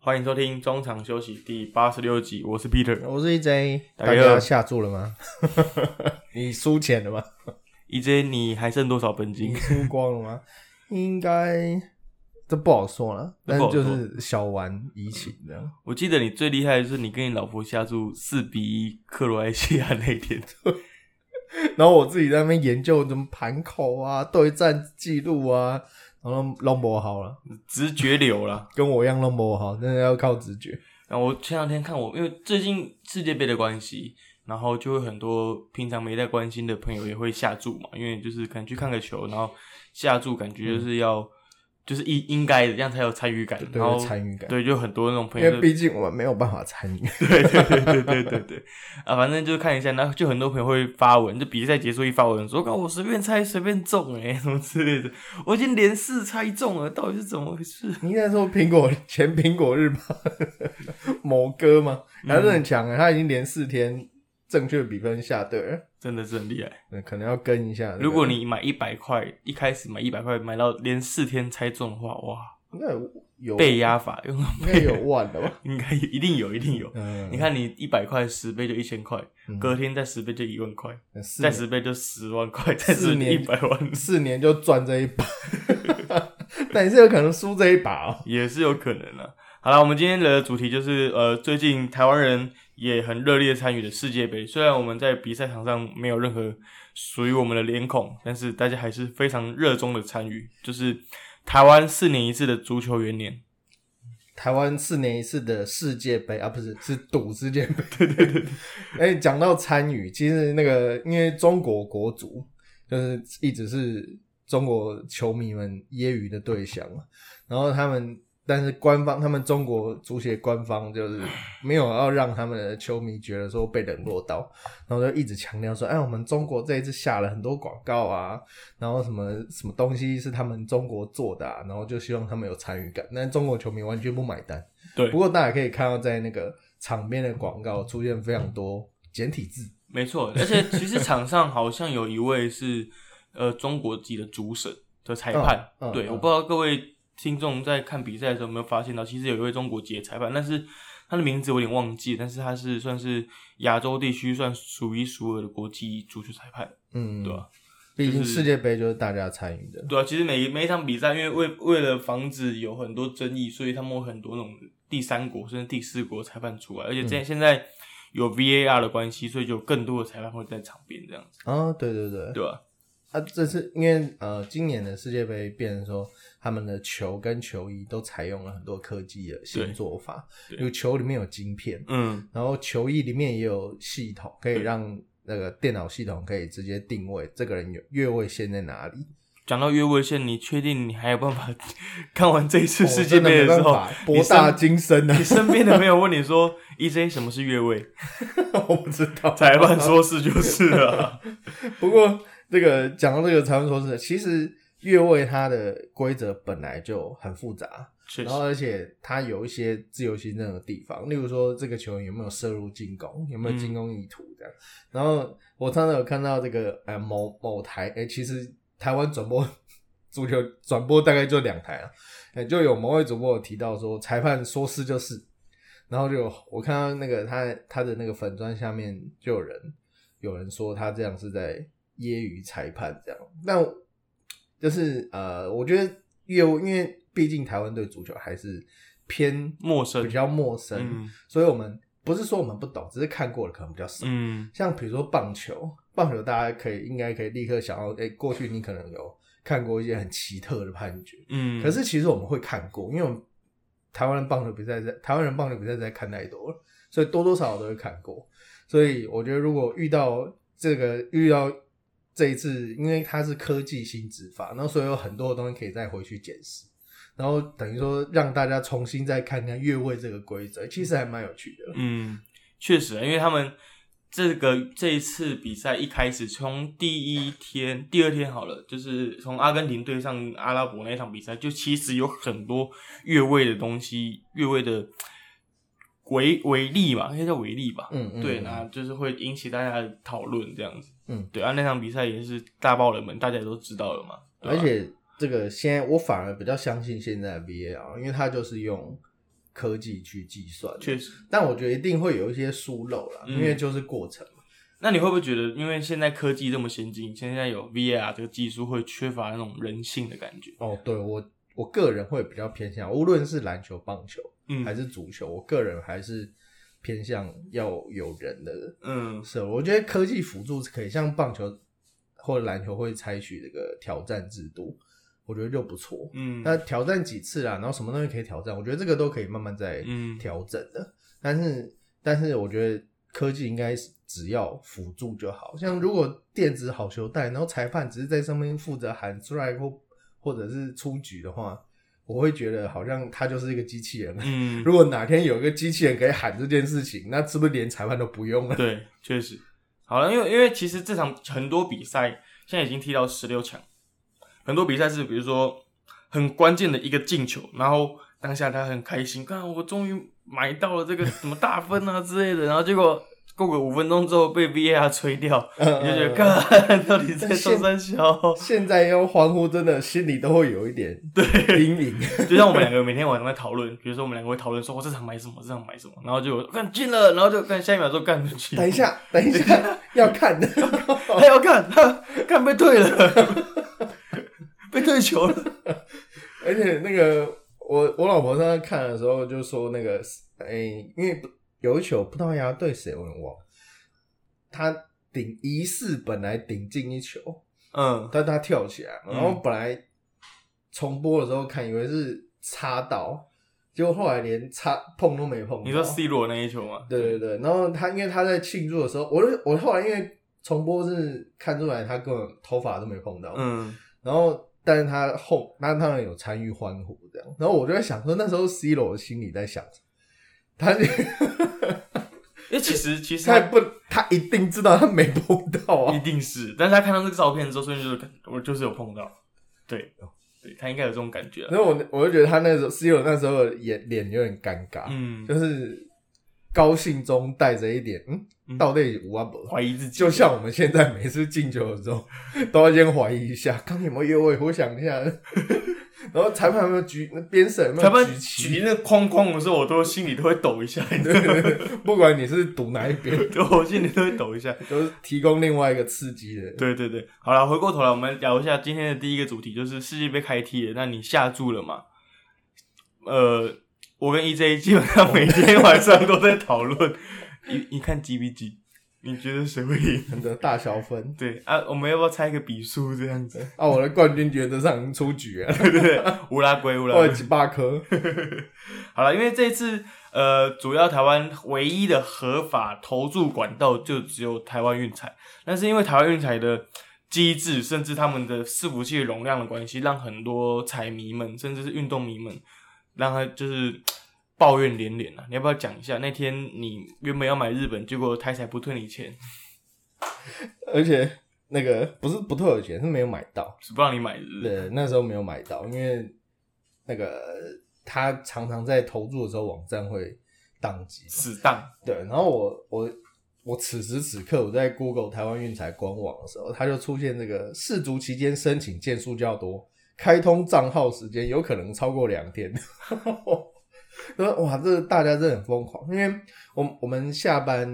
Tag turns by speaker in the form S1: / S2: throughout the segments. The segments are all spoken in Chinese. S1: 欢迎收听中场休息第八十六集，我是 Peter
S2: 我是 EJ，
S1: 大
S2: 大
S1: 家好
S2: 家下注了吗？ 你输钱 了吗？
S1: EJ，你 E 还剩多少本
S2: 你
S1: 金？
S2: 输光了吗？应该这不好说了，
S1: 这
S2: 但
S1: 不好说
S2: 就是小玩怡情这样。
S1: 我记得你最厉害的就是你跟你老婆下注四比一克罗埃西亚那一天，
S2: 然后我自己在那边研究怎么盘口啊、对战记录啊，然后弄不好了，
S1: 直觉流啦。
S2: 跟我一样弄不好，真的要靠直觉。
S1: 然后我前两天看我，因为最近世界杯的关系，然后就会很多平常没在关心的朋友也会下注嘛，因为就是可能去看个球，然后下注感觉就是要、就是应应该的，这样才有参与感，
S2: 对
S1: 然后
S2: 有参与感
S1: 对，就很多那种
S2: 因
S1: 朋友
S2: 为
S1: 就
S2: 毕竟我们没有办法参与，
S1: 对对对对对对对，啊，反正就是看一下，然后就很多朋友会发文，就比赛结束一发文说，搞哦我随便猜随便中哎、欸，什么之类的，我已经连四猜中了，到底是怎么回事？
S2: 你应该说苹果前苹果日报某哥嘛，
S1: 嗯
S2: 他是很强啊，他已经连四天正确比分下对了，
S1: 真的是很厉害。
S2: 那可能要跟一下。
S1: 如果你买一百块，一开始买一百块，买到连四天猜中的话，哇，
S2: 应该有有
S1: 倍压法用到
S2: 应该
S1: 倍
S2: 有
S1: 压，
S2: 万的 吧？
S1: 应该有一定有，一定有。
S2: 嗯，
S1: 你看，你一百块十倍就一千块，
S2: 嗯
S1: 隔天再十倍就一万块，
S2: 四
S1: 再
S2: 年
S1: 十倍就十万块，再
S2: 四
S1: 十一
S2: 年
S1: 百万，
S2: 四年就赚这一把， 但也是有可能输这一把哦。
S1: 也是有可能啊。好了，我们今天的主题就是呃，最近台湾人也很热烈参与的世界杯。虽然我们在比赛场上没有任何属于我们的脸孔，但是大家还是非常热衷的参与，就是台湾四年一次的足球元年。
S2: 台湾四年一次的世界杯啊，不是是赌世界杯。 对对对。哎，讲到参与，其实那个因为中国国足就是一直是中国球迷们揶揄的对象嘛，然后他们但是官方他们中国足协官方就是没有要让他们的球迷觉得说被冷落到，然后就一直强调说，哎，我们中国这一次下了很多广告啊，然后什么什么东西是他们中国做的、啊，然后就希望他们有参与感，但中国球迷完全不买单。
S1: 对
S2: 不过大家可以看到，在那个场边的广告出现非常多简体字，
S1: 没错，而且其实场上好像有一位是呃中国籍的主审的裁判，
S2: 嗯嗯
S1: 对，
S2: 嗯
S1: 我不知道各位听众在看比赛的时候有没有发现到，其实有一位中国籍的裁判，但是他的名字有点忘记，但是他是算是亚洲地区算数一数二的国际足球裁判，
S2: 嗯，
S1: 对啊
S2: 毕竟
S1: 就是
S2: 世界杯就是大家参与的，
S1: 对啊，其实每每一场比赛，因为为为了防止有很多争议，所以他们有很多那种第三国甚至第四国裁判出来，而且
S2: 嗯
S1: 现现在有 VAR 的关系，所以就有更多的裁判会在场边这样子，
S2: 啊、对对对，
S1: 对吧、
S2: 啊，这次因为呃，今年的世界杯变成说，他们的球跟球衣都采用了很多科技的新做法，
S1: 对
S2: 有球里面有晶片，
S1: 嗯，
S2: 然后球衣里面也有系统，可以让那个电脑系统可以直接定位这个人有越位线在哪里。
S1: 讲到越位线，你确定你还有办法 看完这一次
S2: 哦
S1: 世界杯的
S2: 真
S1: 时
S2: 没办
S1: 候
S2: 法，
S1: 你
S2: 博
S1: 身
S2: 大精深 啊
S1: 你！身边的朋友问你说 “EJ 什么是越位
S2: 我不知道”，，
S1: 裁判说是就是 了。
S2: 不过这个讲到这个裁判说是，其实越位它的规则本来就很复杂，
S1: 确实
S2: 然，后而且它有一些自由行政的地方，例如说这个球员有没有涉入进攻，有没有进攻意图这样。然后我上次有看到这个呃某某台，哎、其实台湾转播 足球转播大概就两台啊，哎、就有某位主播有提到说裁判说是就是，然后就有我看到那个他他的那个粉砖下面就有人有人说他这样是在揶揄裁判这样，但就是呃，我觉得越因为毕竟台湾对足球还是偏
S1: 陌生
S2: 比较陌生，
S1: 嗯
S2: 所以我们不是说我们不懂，只是看过的可能比较少。
S1: 嗯，
S2: 像比如说棒球，棒球大家可以应该可以立刻想到，哎、过去你可能有看过一些很奇特的判决，
S1: 嗯，
S2: 可是其实我们会看过，因为我们台湾的棒球比赛在台湾人棒球比赛在看太多了，所以多多少少都会看过。所以我觉得如果遇到这个遇到这一次，因为它是科技新执法，然后所以有很多东西可以再回去检视，然后等于说让大家重新再看看越位这个规则，其实还蛮有趣的。
S1: 嗯，确实，因为他们这个这一次比赛一开始，从第一天、第二天好了，就是从阿根廷对上阿拉伯那场比赛，就其实有很多越位的东西，越位的违违例嘛，应该叫违例吧。
S2: 嗯，嗯
S1: 对，啊那就是会引起大家的讨论这样子。
S2: 嗯，
S1: 对啊，那场比赛也是大爆冷门，大家也都知道了嘛。对
S2: 而
S1: 吧
S2: 且这个现在我反而比较相信现在的 VAR，因为它就是用科技去计算的，
S1: 确实。
S2: 但我觉得一定会有一些疏漏啦，
S1: 嗯
S2: 因为就是过程嘛。
S1: 那你会不会觉得，因为现在科技这么先进，现在有 VR 这个技术，会缺乏那种人性的感觉？
S2: 哦，对我我个人会比较偏向，无论是篮球、棒球
S1: 嗯，
S2: 还是足球，我个人还是偏向要有人的
S1: 嗯
S2: 是，我觉得科技辅助是可以，像棒球或者篮球会采取这个挑战制度，我觉得就不错。
S1: 嗯
S2: 那挑战几次啊啦，然后什么东西可以挑战，我觉得这个都可以慢慢再
S1: 嗯
S2: 调整的。但是，但是我觉得科技应该是只要辅助就好。像如果电子好球带，然后裁判只是在上面负责喊 strike 或或者是出局的话，我会觉得好像他就是一个机器人。
S1: 嗯，
S2: 如果哪天有一个机器人可以喊这件事情，那是不是连裁判都不用 了？
S1: 对，确实。好了，因为因为其实这场很多比赛现在已经踢到十六强，很多比赛是比如说很关键的一个进球，然后当下他很开心，看我终于买到了这个什么大分啊之类的，然后结果过个五分钟之后被 VAR 吹掉，
S2: 嗯
S1: 你就觉得干到底在说三小？
S2: 现在要欢呼，真的心里都会有一点对阴影。
S1: 就像我们两个每天晚上在讨论，比如说我们两个会讨论说，我、这场买什么，这场买什么，然后就干进了，然后就干下一秒钟干进去，
S2: 等一下，等 一下，要看的。
S1: 还要哎干， 干被退了， 被退球了。
S2: 而且那个我我老婆上次看的时候就说那个，哎、因为有一球葡萄牙对谁我有点忘了，他顶疑似本来顶进一球，
S1: 嗯
S2: 但他跳起来，
S1: 嗯
S2: 然后本来重播的时候看以为是擦到，结果后来连擦碰都没碰到。
S1: 你说 C 罗那一球吗？
S2: 对对对，然后他因为他在庆祝的时候，我就我后来因为重播是看出来他根本头发都没碰到，
S1: 嗯，
S2: 然后但是他后那当然有参与欢呼这样，然后我就在想说那时候 C 罗心里在想什么，他就
S1: 因为其实其实
S2: 他也
S1: 他
S2: 不他一定知道他没碰到
S1: 一
S2: 啊，
S1: 定是，但是他看到这个照片之后，瞬间就是我就是有碰到，对对，他应该有这种感觉了。
S2: 然后我我就觉得他那时候 C 罗那时候的眼脸有点尴尬，
S1: 嗯，
S2: 就是高兴中带着一点
S1: 嗯
S2: 嗯到底有啊不。
S1: 怀疑自己，
S2: 就像我们现在每次进球的时候， 都要先怀疑一下，刚有没有越位，我想一下， 然后裁判有没有举，边审有没
S1: 裁判
S2: 有举旗
S1: 举，那框框的时候，我都心里都会抖一下，你知道
S2: 对
S1: 吗
S2: 对对，不管你是赌哪一边，
S1: 对我心里都会抖一下。
S2: 都是提供另外一个刺激的。
S1: 对对对，好了，回过头来我们聊一下今天的第一个主题，就是世界杯开踢了，那你下注了吗？呃，我跟 EJ 基本上每天晚上都在讨论，你你看 G B G，你觉得谁会赢？
S2: 很多大小分
S1: 对啊，我们要不要猜一个比数这样子？
S2: 啊！我的冠军原则上已经出局了，
S1: 对对对，乌拉圭，乌拉
S2: 我
S1: 圭
S2: 有。几把颗。
S1: 好了，因为这次呃，主要台湾唯一的合法投注管道就只有台湾运彩，但是因为台湾运彩的机制，甚至他们的伺服器容量的关系，让很多彩迷们，甚至是运动迷们，让他就是抱怨连连啊！你要不要讲一下那天你原本要买日本，结果台彩不退你钱，
S2: 而且那个不是不退我钱，是没有买到。
S1: 是不让你买日 本？
S2: 对，那时候没有买到，因为那个他常常在投注的时候网站会宕机。
S1: 死当，
S2: 对，然后我我我此时此刻我在 Google 台湾运彩官网的时候，它就出现这个世足期间申请件数较多，开通账号时间有可能超过两天。 然后哇，这大家真的很疯狂，因为我我们下班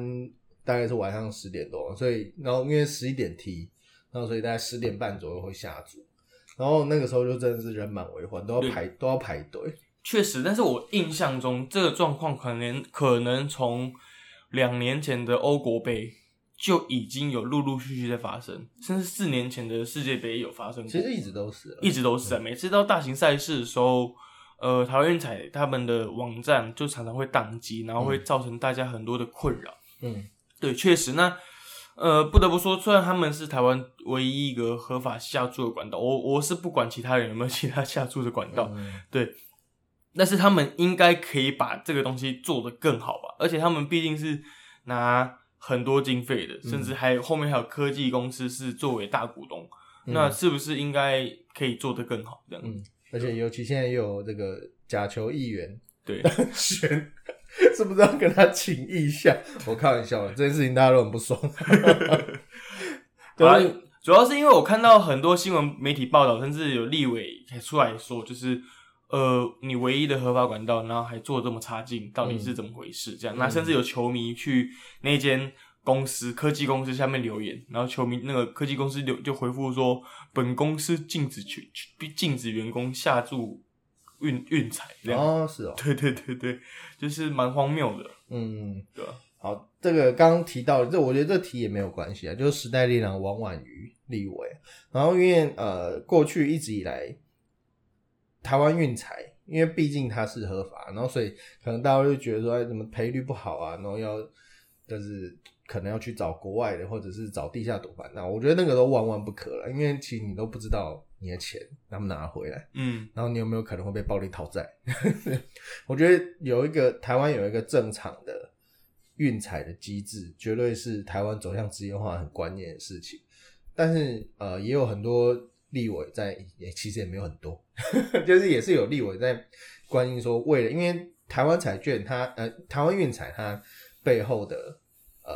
S2: 大概是晚上十点多，所以然后因为十一点踢，然后所以大概十点半左右会下注，然后那个时候就真的是人满为患，都要排都要排队。
S1: 确实，但是我印象中这个状况可能可能从两年前的欧国杯就已经有陆陆续续在发生，甚至四年前的世界杯也有发生过。
S2: 其实一直都是啊，
S1: 一直都是啊，每次到大型赛事的时候，呃，台湾运彩他们的网站就常常会宕机，然后会造成大家很多的困扰。
S2: 嗯，
S1: 对，确实，那呃，不得不说，虽然他们是台湾唯一一个合法下注的管道，我我是不管其他人有没有其他下注的管道，
S2: 嗯
S1: 但是他们应该可以把这个东西做得更好吧？而且他们毕竟是拿很多经费的，
S2: 嗯
S1: 甚至还有后面还有科技公司是作为大股东，
S2: 嗯
S1: 那是不是应该可以做得更好？这样、
S2: 嗯而且尤其现在又有这个假球议员
S1: 对，
S2: 选， 是不是要跟他请意下？我开玩笑的，这件事情大家都很不爽。
S1: 啊
S2: 对，
S1: 主要是因为我看到很多新闻媒体报道，甚至有立委出来说，就是呃，你唯一的合法管道，然后还做得这么差劲，到底是怎么回事？这样，那甚至有球迷去那间公司科技公司下面留言，然后球迷那个科技公司留就回复说，本公司禁止去禁止员工下注运运彩这样。
S2: 哦，是哦，
S1: 对对对对，就是蛮荒谬的，
S2: 嗯，
S1: 对吧、
S2: 好，这个刚刚提到的，这我觉得这题也没有关系啊，就是时代力量王婉瑜立委，然后因为呃过去一直以来台湾运彩，因为毕竟它是合法，然后所以可能大家就觉得说，哎，怎么赔率不好啊，然后要就是可能要去找国外的，或者是找地下赌盘，那我觉得那个都万万不可了，因为其实你都不知道你的钱能不能拿回来。
S1: 嗯
S2: 然后你有没有可能会被暴力讨债？ 我觉得有一个台湾有一个正常的运彩的机制，绝对是台湾走向职业化很关键的事情。但是呃，也有很多立委在，也其实也没有很多， 就是也是有立委在关心说，为了因为台湾彩券它呃台湾运彩它背后的呃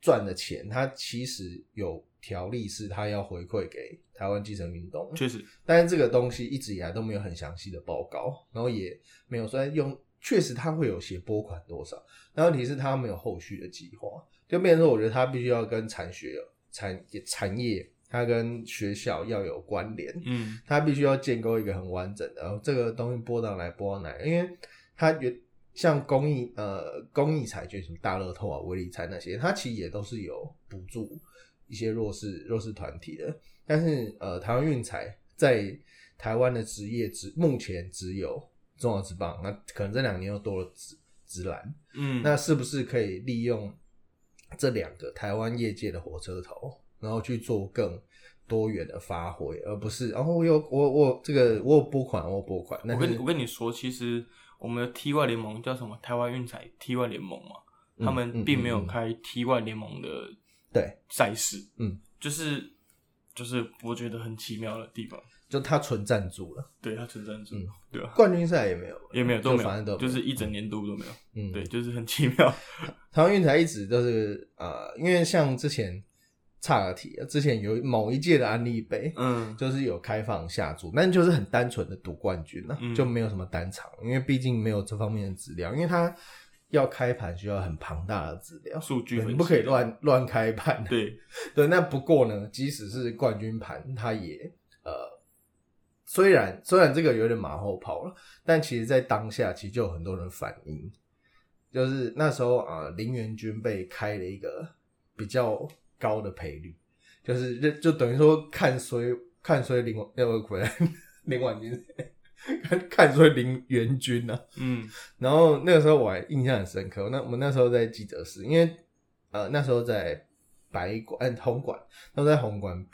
S2: 赚的钱，它其实有条例是它要回馈给台湾基层运动，
S1: 确实，
S2: 但是这个东西一直以来都没有很详细的报告，然后也没有说哎用，确实它会有写拨款多少，但问题是它没有后续的计划，就变成说，我觉得它必须要跟产学有产产业，它跟学校要有关联，
S1: 嗯
S2: 它必须要建构一个很完整的，然后这个东西拨到哪里拨到哪里，因为它有像公益呃公益彩券什么大乐透啊、微利彩那些，它其实也都是有补助一些弱势弱势团体的，但是呃台湾运彩在台湾的职业只目前只有中华职棒，那可能这两年又多了职职篮，
S1: 嗯，
S2: 那是不是可以利用这两个台湾业界的火车头，然后去做更多元的发挥，而不是哦，我有我我这个我有拨款，我有拨款。那
S1: 我嗯跟你我跟你说，其实我们的 TY 联盟叫什么？台湾运彩 TY 联盟嘛，
S2: 嗯
S1: 他们并没有开 TY 联盟的
S2: 对
S1: 赛事，
S2: 嗯，
S1: 就是就是我觉得很奇妙的地方，
S2: 就他纯赞助了，
S1: 对它存在住，
S2: 嗯
S1: 对吧、啊？
S2: 冠军赛也没有，
S1: 也没有都
S2: 就
S1: 没
S2: 反正都
S1: 有，
S2: 没
S1: 就是一整年度都没有，
S2: 嗯
S1: 对，就是很奇妙，
S2: 台湾运才一直都是呃，因为像之前差了题，之前有某一届的安利杯，
S1: 嗯
S2: 就是有开放下注，但就是很单纯的赌冠军啊，
S1: 嗯
S2: 就没有什么单场，因为毕竟没有这方面的资料，因为他要开盘需要很庞大的资料，
S1: 数据
S2: 对
S1: 分析
S2: 你不可以乱乱开盘。
S1: 对，
S2: 对，那不过呢，即使是冠军盘，他也呃，虽然虽然这个有点马后炮了，但其实在当下，其实就有很多人反映，就是那时候啊、呃林元军被开了一个比较高的赔率，就是就就等于说看谁看谁林婉要回来 林婉君谁，看看谁林元军啊，
S1: 嗯
S2: 然后那个时候我还印象很深刻，我那我们那时候在记者室，因为呃那时候在白馆、呃、红馆，那时候在红馆比，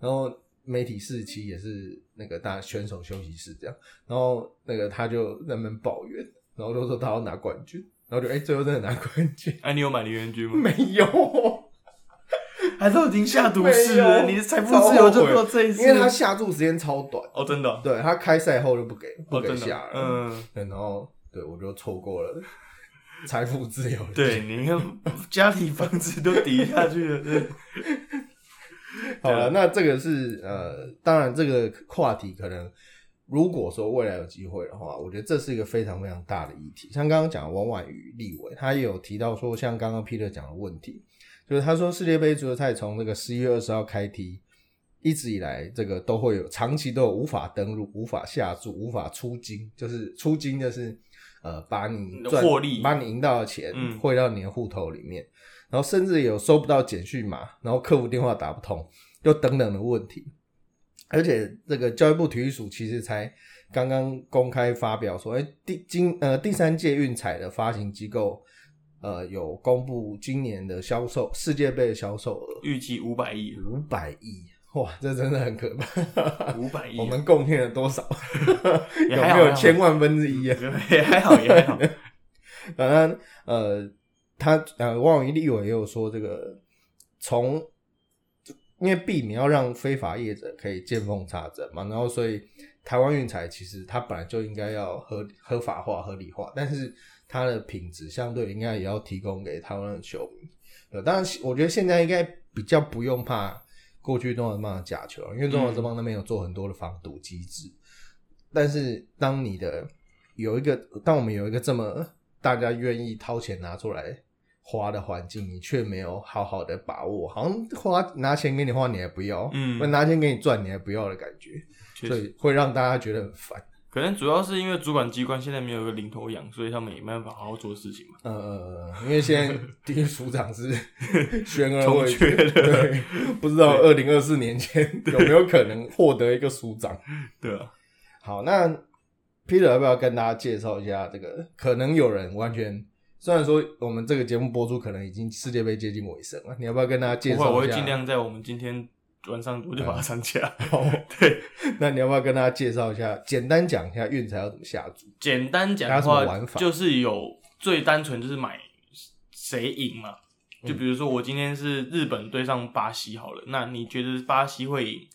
S2: 然后媒体室其实也是那个大选手休息室这样，然后那个他就在那边抱怨，然后就说他要拿冠军，然后就哎、最后真的拿冠军
S1: 哎、你有买零元 居吗？
S2: 没有。
S1: 还是我已经下毒誓了，
S2: 没有
S1: 你财富自由就做这一次，
S2: 因为他下注时间超短，
S1: 哦真的哦，
S2: 对他开赛后就不给不
S1: 哦
S2: 给
S1: 真的
S2: 下
S1: 哦，
S2: 了，
S1: 嗯。
S2: 对，然后对我就错过了财富自由的
S1: 对，你看家里房子都抵下去了，对，
S2: 好
S1: 啊
S2: 了，那这个是呃，当然这个话题可能，如果说未来有机会的话，我觉得这是一个非常非常大的议题。像刚刚讲的王婉瑜立委，他也有提到说，像刚刚 Peter 讲的问题，就是他说世界杯足球赛从这个十一月二十号开踢，一直以来这个都会有长期都有无法登入、无法下注、无法出金，就是出金就是呃把你赚
S1: 获利
S2: 把你赢到的钱
S1: 嗯
S2: 汇到你的户头里面。然后甚至有收不到简讯码，然后客服电话打不通，就等等的问题。而且这个教育部体育署其实才刚刚公开发表说，哎，第今呃第三届运彩的发行机构，呃有公布今年的销售世界杯的销售额
S1: 预计五百亿，
S2: 五百亿，哇，这真的很可怕。
S1: 五百亿，啊
S2: 我们贡献了多少？
S1: 也
S2: 有
S1: 还
S2: 没
S1: 好
S2: 有千万分之一啊？
S1: 也还好，也还 好。
S2: 当然，呃，他呃，汪永义立委也有说，这个从因为避免要让非法业者可以见缝插针嘛，然后所以台湾运彩其实它本来就应该要合合法化、合理化，但是它的品质相对应该也要提供给台湾的球迷。呃，当然，我觉得现在应该比较不用怕过去中华职棒的假球，因为中华职棒那边有做很多的防毒机制。但是当你的有一个，当我们有一个这么大家愿意掏钱拿出来花的环境，你却没有好好的把握，好像花拿钱给你花你还不要，
S1: 嗯
S2: 拿钱给你赚你还不要的感觉，
S1: 确
S2: 所
S1: 实，
S2: 以会让大家觉得很烦。
S1: 可能主要是因为主管机关现在没有一个领头羊，所以他们也没办法好好做事情嘛。
S2: 呃，因为现在第一 署长是悬而
S1: 重
S2: 未
S1: 缺
S2: 决，
S1: 了
S2: 对，不知道二零二四年前有没有可能获得一个署长。
S1: 对啊，
S2: 好，那 Peter 要不要跟大家介绍一下这个？可能有人完全，虽然说我们这个节目播出可能已经世界杯接近尾声了，你要不要跟大家
S1: 不
S2: 介
S1: 会，我
S2: 绍一
S1: 会
S2: 下？
S1: 尽。量在我们今天晚上我就把它删起 来。
S2: 好，
S1: 对，
S2: 那你要不要跟大家介绍一下？简单讲一下运彩要怎么下注？
S1: 简单讲
S2: 还有
S1: 的
S2: 什么
S1: 话
S2: 玩，法
S1: 就是有最单纯就是买谁赢嘛。就比如说我今天是日本对上巴西好了，那你觉得巴西会赢，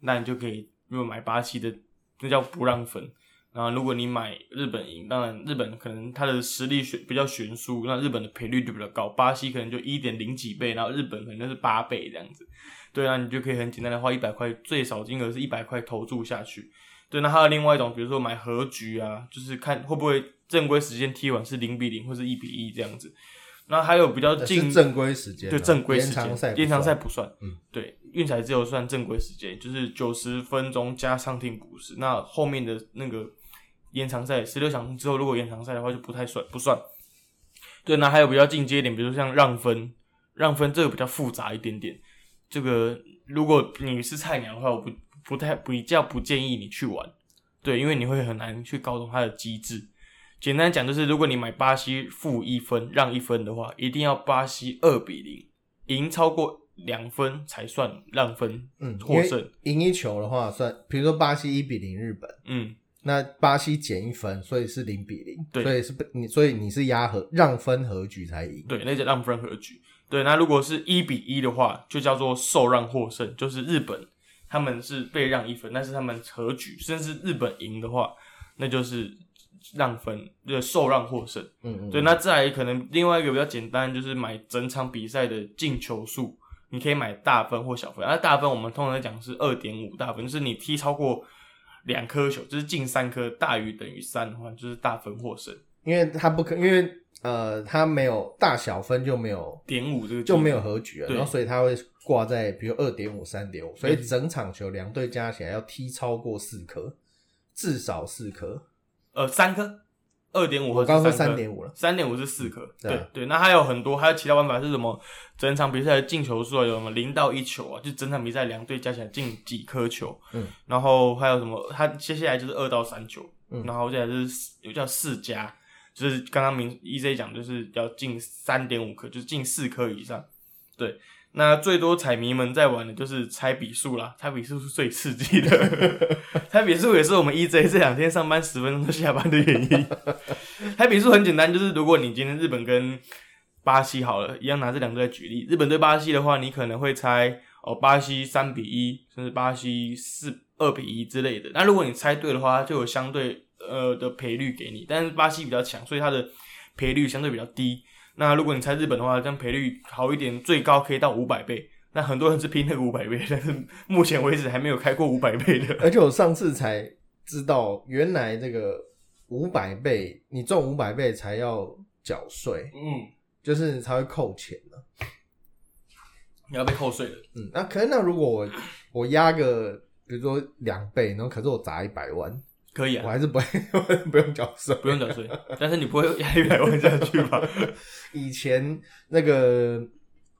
S1: 那你就可以如果买巴西的，那叫不让分。然后如果你买日本赢，当然日本可能它的实力悬比较悬殊，那日本的赔率就比较高，巴西可能就一点零几倍，然后日本可能就是八倍这样子。对啊，你就可以很简单的花一百块，最少金额是一百块投注下去。对，那还有另外一种，比如说买和局啊，就是看会不会正规时间踢完是零比零或是一比一这样子。那还有比较近
S2: 呃是正规时间啊，
S1: 呃对正规时
S2: 延
S1: 间
S2: 长赛，不
S1: 延长赛
S2: 算
S1: 不算。
S2: 嗯，
S1: 对，运彩只有算正规时间，就是九十分钟加上庭补时。那后面的那个延长赛，十六强之后如果延长赛的话就不太算，不算。对，那还有比较进阶一点，比如说像让分，让分这个比较复杂一点点。这个如果你是菜鸟的话，我不不太比较不建议你去玩，对，因为你会很难去搞懂它的机制。简单讲就是，如果你买巴西负一分让一分的话，一定要巴西二比零赢超过两分才算让分
S2: 嗯，因
S1: 获
S2: 为
S1: 胜。
S2: 赢一球的话算，比如说巴西一比零日本，
S1: 嗯，
S2: 那巴西减一分，所以是零比零，
S1: 对
S2: 所以是被你，所以你是压和让分和局才赢。
S1: 对，那叫让分和局。对，那如果是一比一的话，就叫做受让获胜，就是日本他们是被让一分，但是他们和局，甚至日本赢的话，那就是让分，就是受让获胜。
S2: 嗯嗯，
S1: 对，那再来可能另外一个比较简单，就是买整场比赛的进球数，你可以买大分或小分。那大分我们通常讲是二点五大分，就是你踢超过两颗球，就是进三颗大于等于三的话，就是大分获胜。
S2: 因为他不可，因为呃，他没有大小分就没有
S1: 点五这个
S2: 就没有和局了，
S1: 对
S2: 然后所以他会挂在比如二点五、三点五，所以
S1: 嗯
S2: 整场球两队加起来要踢超过四颗，至少四颗。
S1: 呃三颗，二点五
S2: 我
S1: 和
S2: 刚刚说
S1: 三
S2: 三
S1: 颗。
S2: 点五了，
S1: 三点五是四颗，
S2: 对
S1: 对
S2: 啊
S1: 对，那还有很多，还有其他玩法是什么？整场比赛的进球数啊，有什么零到一球啊？就整场比赛两队加起来进几颗球，
S2: 嗯，
S1: 然后还有什么？它接下来就是二到三球，
S2: 嗯
S1: 然后接下来就是四有叫四加，就是刚刚明 EJ 讲，就是要进三点五颗，就是进四颗以上，对。那最多彩迷们在玩的就是猜比数啦，猜比数是最刺激的， 猜比数也是我们 EJ 这两天上班十分钟就下班的原因。猜比数很简单，就是如果你今天日本跟巴西好了，一样拿这两队来举例。日本对巴西的话，你可能会猜哦，巴西三比一，甚至巴西四二比一之类的。那如果你猜对的话，它就有相对呃的赔率给你。但是巴西比较强，所以它的赔率相对比较低。那如果你猜日本的话，这样赔率好一点，最高可以到五百倍。那很多人是拼那个五百倍，但是目前为止还没有开过五百倍的。
S2: 而且我上次才知道，原来这个五百倍，你中五百倍才要缴税，
S1: 嗯，
S2: 就是才会扣钱啊
S1: 你要被扣税了。
S2: 嗯，那可是那如果我我压个，比如说两倍，然后可是我砸一百万，
S1: 可以
S2: 我
S1: 啊，
S2: 还是不会 不用缴税。
S1: 不用缴税，但是你不会压一 百万下去吧？
S2: 以前那个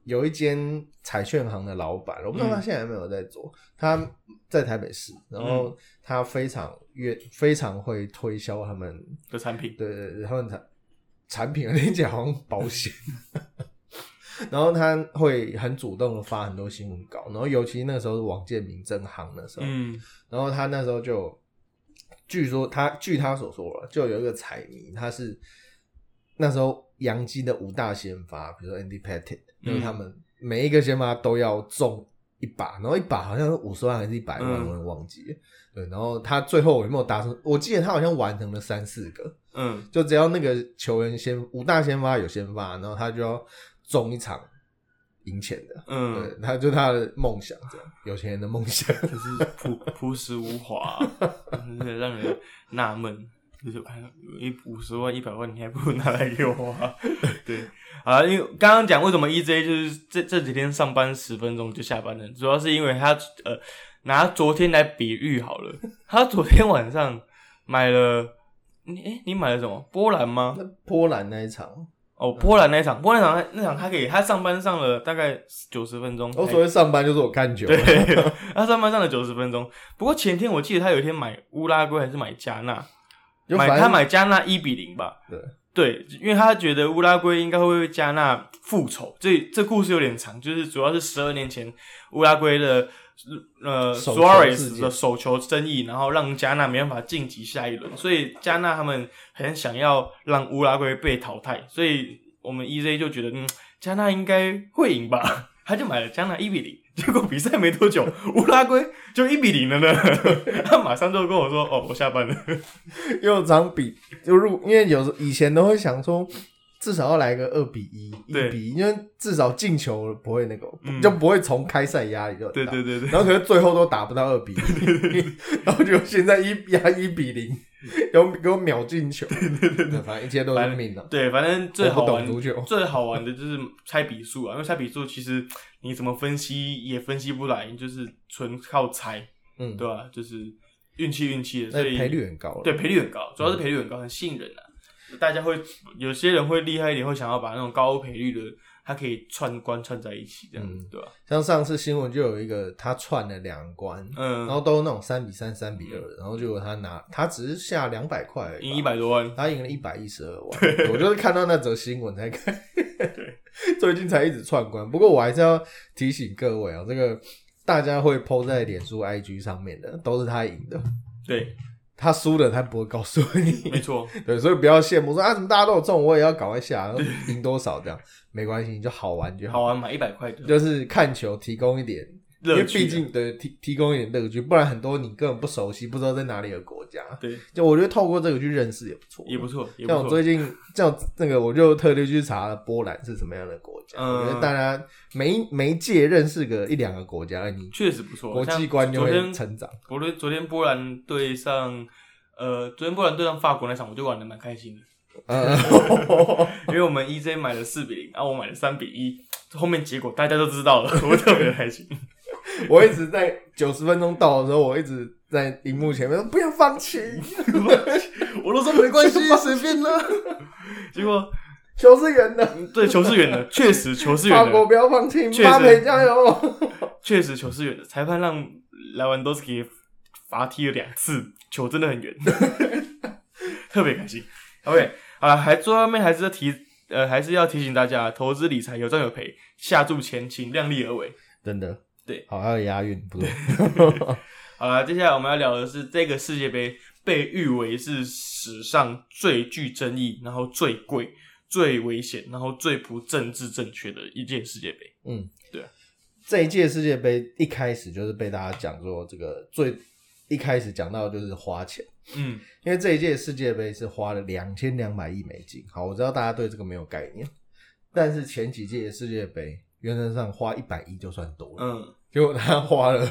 S2: 有一间彩券行的老板，我不知道他现在有没有在做，他在台北市，然
S1: 嗯
S2: 后他非常越非常会推销他们
S1: 的产品，
S2: 对对对，他们产产品听起来好像保险。 然后他会很主动的发很多新闻稿，然后尤其那时候是王建民正行的时候，
S1: 嗯
S2: 然后他那时候就，据说他据他所说了，就有一个彩迷，他是那时候洋基的五大先发，比如说 Andy Pettit，就是他们每一个先发都要中一把，然后一把好像五十万还是一百万，
S1: 嗯
S2: 我也忘记了。对，然后他最后有没有达成？我记得他好像完成了三四个，
S1: 嗯，
S2: 就只要那个球员先五大先发有先发，然后他就要中一场。赢钱的，
S1: 嗯，
S2: 对，他就他的梦想这样，有钱人的梦想。
S1: 可是朴朴实无华、真的让人纳闷。就是看一五十万、一百万，你还不如拿来给我花。对，啊，因为刚刚讲为什么 EJ 就是这这几天上班十分钟就下班了，主要是因为他呃拿昨天来比喻好了，他昨天晚上买了，你诶、你买了什么？波兰吗？
S2: 那 波兰那一场，
S1: 哦，波兰那一场，波兰那场那场他给他上班上了大概九十分钟，
S2: 我哦所谓上班就是我看球，
S1: 对， 他上班上了九十分钟。不过前天我记得他有一天买乌拉圭还是买加纳，
S2: 就
S1: 买
S2: 反
S1: 他
S2: 正
S1: 买加纳一比零吧。
S2: 对
S1: 对，因为他觉得乌拉圭应该会为加纳复仇。这这故事有点长，就是主要是十二年前乌拉圭的呃
S2: 手
S1: s
S2: 球
S1: u a r e
S2: 事
S1: z
S2: 件
S1: 的手球争议，然后让加纳没办法晋级下一轮，所以加纳他们很想要让乌拉圭被淘汰，所以我们 EZ 就觉得嗯，加纳应该会赢吧。 他就买了加纳一比零， 结果比赛没多久，乌拉圭就一比零了呢。 他马上就跟我说：“哦，我下班了。
S2: 因为我常比就入，因为有时以前都会想说，至少要来个二比一、
S1: 对
S2: 一比一，因为至少进球不会那个，
S1: 嗯
S2: 就不会从开赛压力就”很
S1: 对
S2: 大
S1: 对对对，
S2: 然后可是最后都打不到二比 一，然后就现在一压一比零，
S1: 嗯
S2: 然后给我秒进球，对反正一切都是命了。
S1: 对，反正最
S2: 我
S1: 好
S2: 不
S1: 玩
S2: 懂足球，
S1: 最好玩的就是猜比数啊，因为猜比数其实你怎么分析也分析不来，就是纯靠猜，
S2: 嗯，
S1: 对吧、就是运气运气的，
S2: 那
S1: 所以
S2: 赔率很高了。
S1: 对赔率很高，主要是赔率很高，很吸引人啊。大家会有些人会厉害一点，会想要把那种高赔率的，它可以串关串在一起，这样、
S2: 嗯
S1: 对吧、
S2: 像上次新闻就有一个他串了两关，
S1: 嗯，
S2: 然后都那种三比三、三比二，然后结果他拿他只是下两百块而已吧，
S1: 嗯赢一百多万，
S2: 他赢了一百一十二万。对我就是看到那则新闻才看， 最近才一直串关。不过我还是要提醒各位啊、这个大家会 PO 在脸书、IG 上面的，都是他赢的，
S1: 对，
S2: 他输的他不会告诉
S1: 没
S2: 你。
S1: 错，
S2: 对，所以不要羡慕说啊，怎么大家都有中，我也要赶快下，赢多少这样，没关系，你就好玩就
S1: 好
S2: 好。
S1: 玩买一百块的
S2: 就是看球提供一点，因
S1: 乐
S2: 为
S1: 趣啊，
S2: 毕竟对提提供一点乐趣，不然很多你根本不熟悉，不知道在哪里的国家，
S1: 对
S2: 就我觉得透过这个去认识也不错，
S1: 也不错，也不
S2: 像我
S1: 错。
S2: 最近像那个，我就特地去查了波兰是什么样的国家。
S1: 嗯
S2: 我觉得大家每一每一届认识个一两个国家，哎你
S1: 确实不错，
S2: 国际
S1: 像
S2: 观就
S1: 昨
S2: 会
S1: 天
S2: 成长。
S1: 昨天昨天波兰对上，呃，昨天波兰对上法国那场，我就玩的蛮开心的，
S2: 呃，
S1: 因为我们 EJ 买了四比零，然后我买了三比一，后面结果大家都知道了，我特别开心。
S2: 我一直在九十分钟到的时候，我一直在荧幕前面说不要放弃，
S1: 我都说 没关系，
S2: 随便了，
S1: 结果
S2: 球是圆的，
S1: 对球是远的，确实球是
S2: 法
S1: 远
S2: 国
S1: 的，
S2: 不要放弃，
S1: 确实
S2: 巴佩加油！
S1: 确实球是远的，裁判让莱万多斯基罚踢了两次，球真的很远， 特别开心。OK，啊，还最后面还是要提，呃，还是要提醒大家，投资理财有赚有赔，下注前请量力而为。
S2: 真的，
S1: 对，
S2: 好，还有押韵，不错。
S1: 好了，接下来我们要聊的是这个世界杯被誉为是史上最具争议，然后最贵、最危险，然后最不政治正确的一届世界杯。
S2: 这一届世界杯一开始就是被大家讲说，这个最一开始讲到就是花钱。
S1: 嗯，
S2: 因为这一届世界杯是花了两千两百亿美金。好，我知道大家对这个没有概念，但是前几届世界杯原则上花一百亿就算多了，
S1: 嗯，
S2: 结果他花了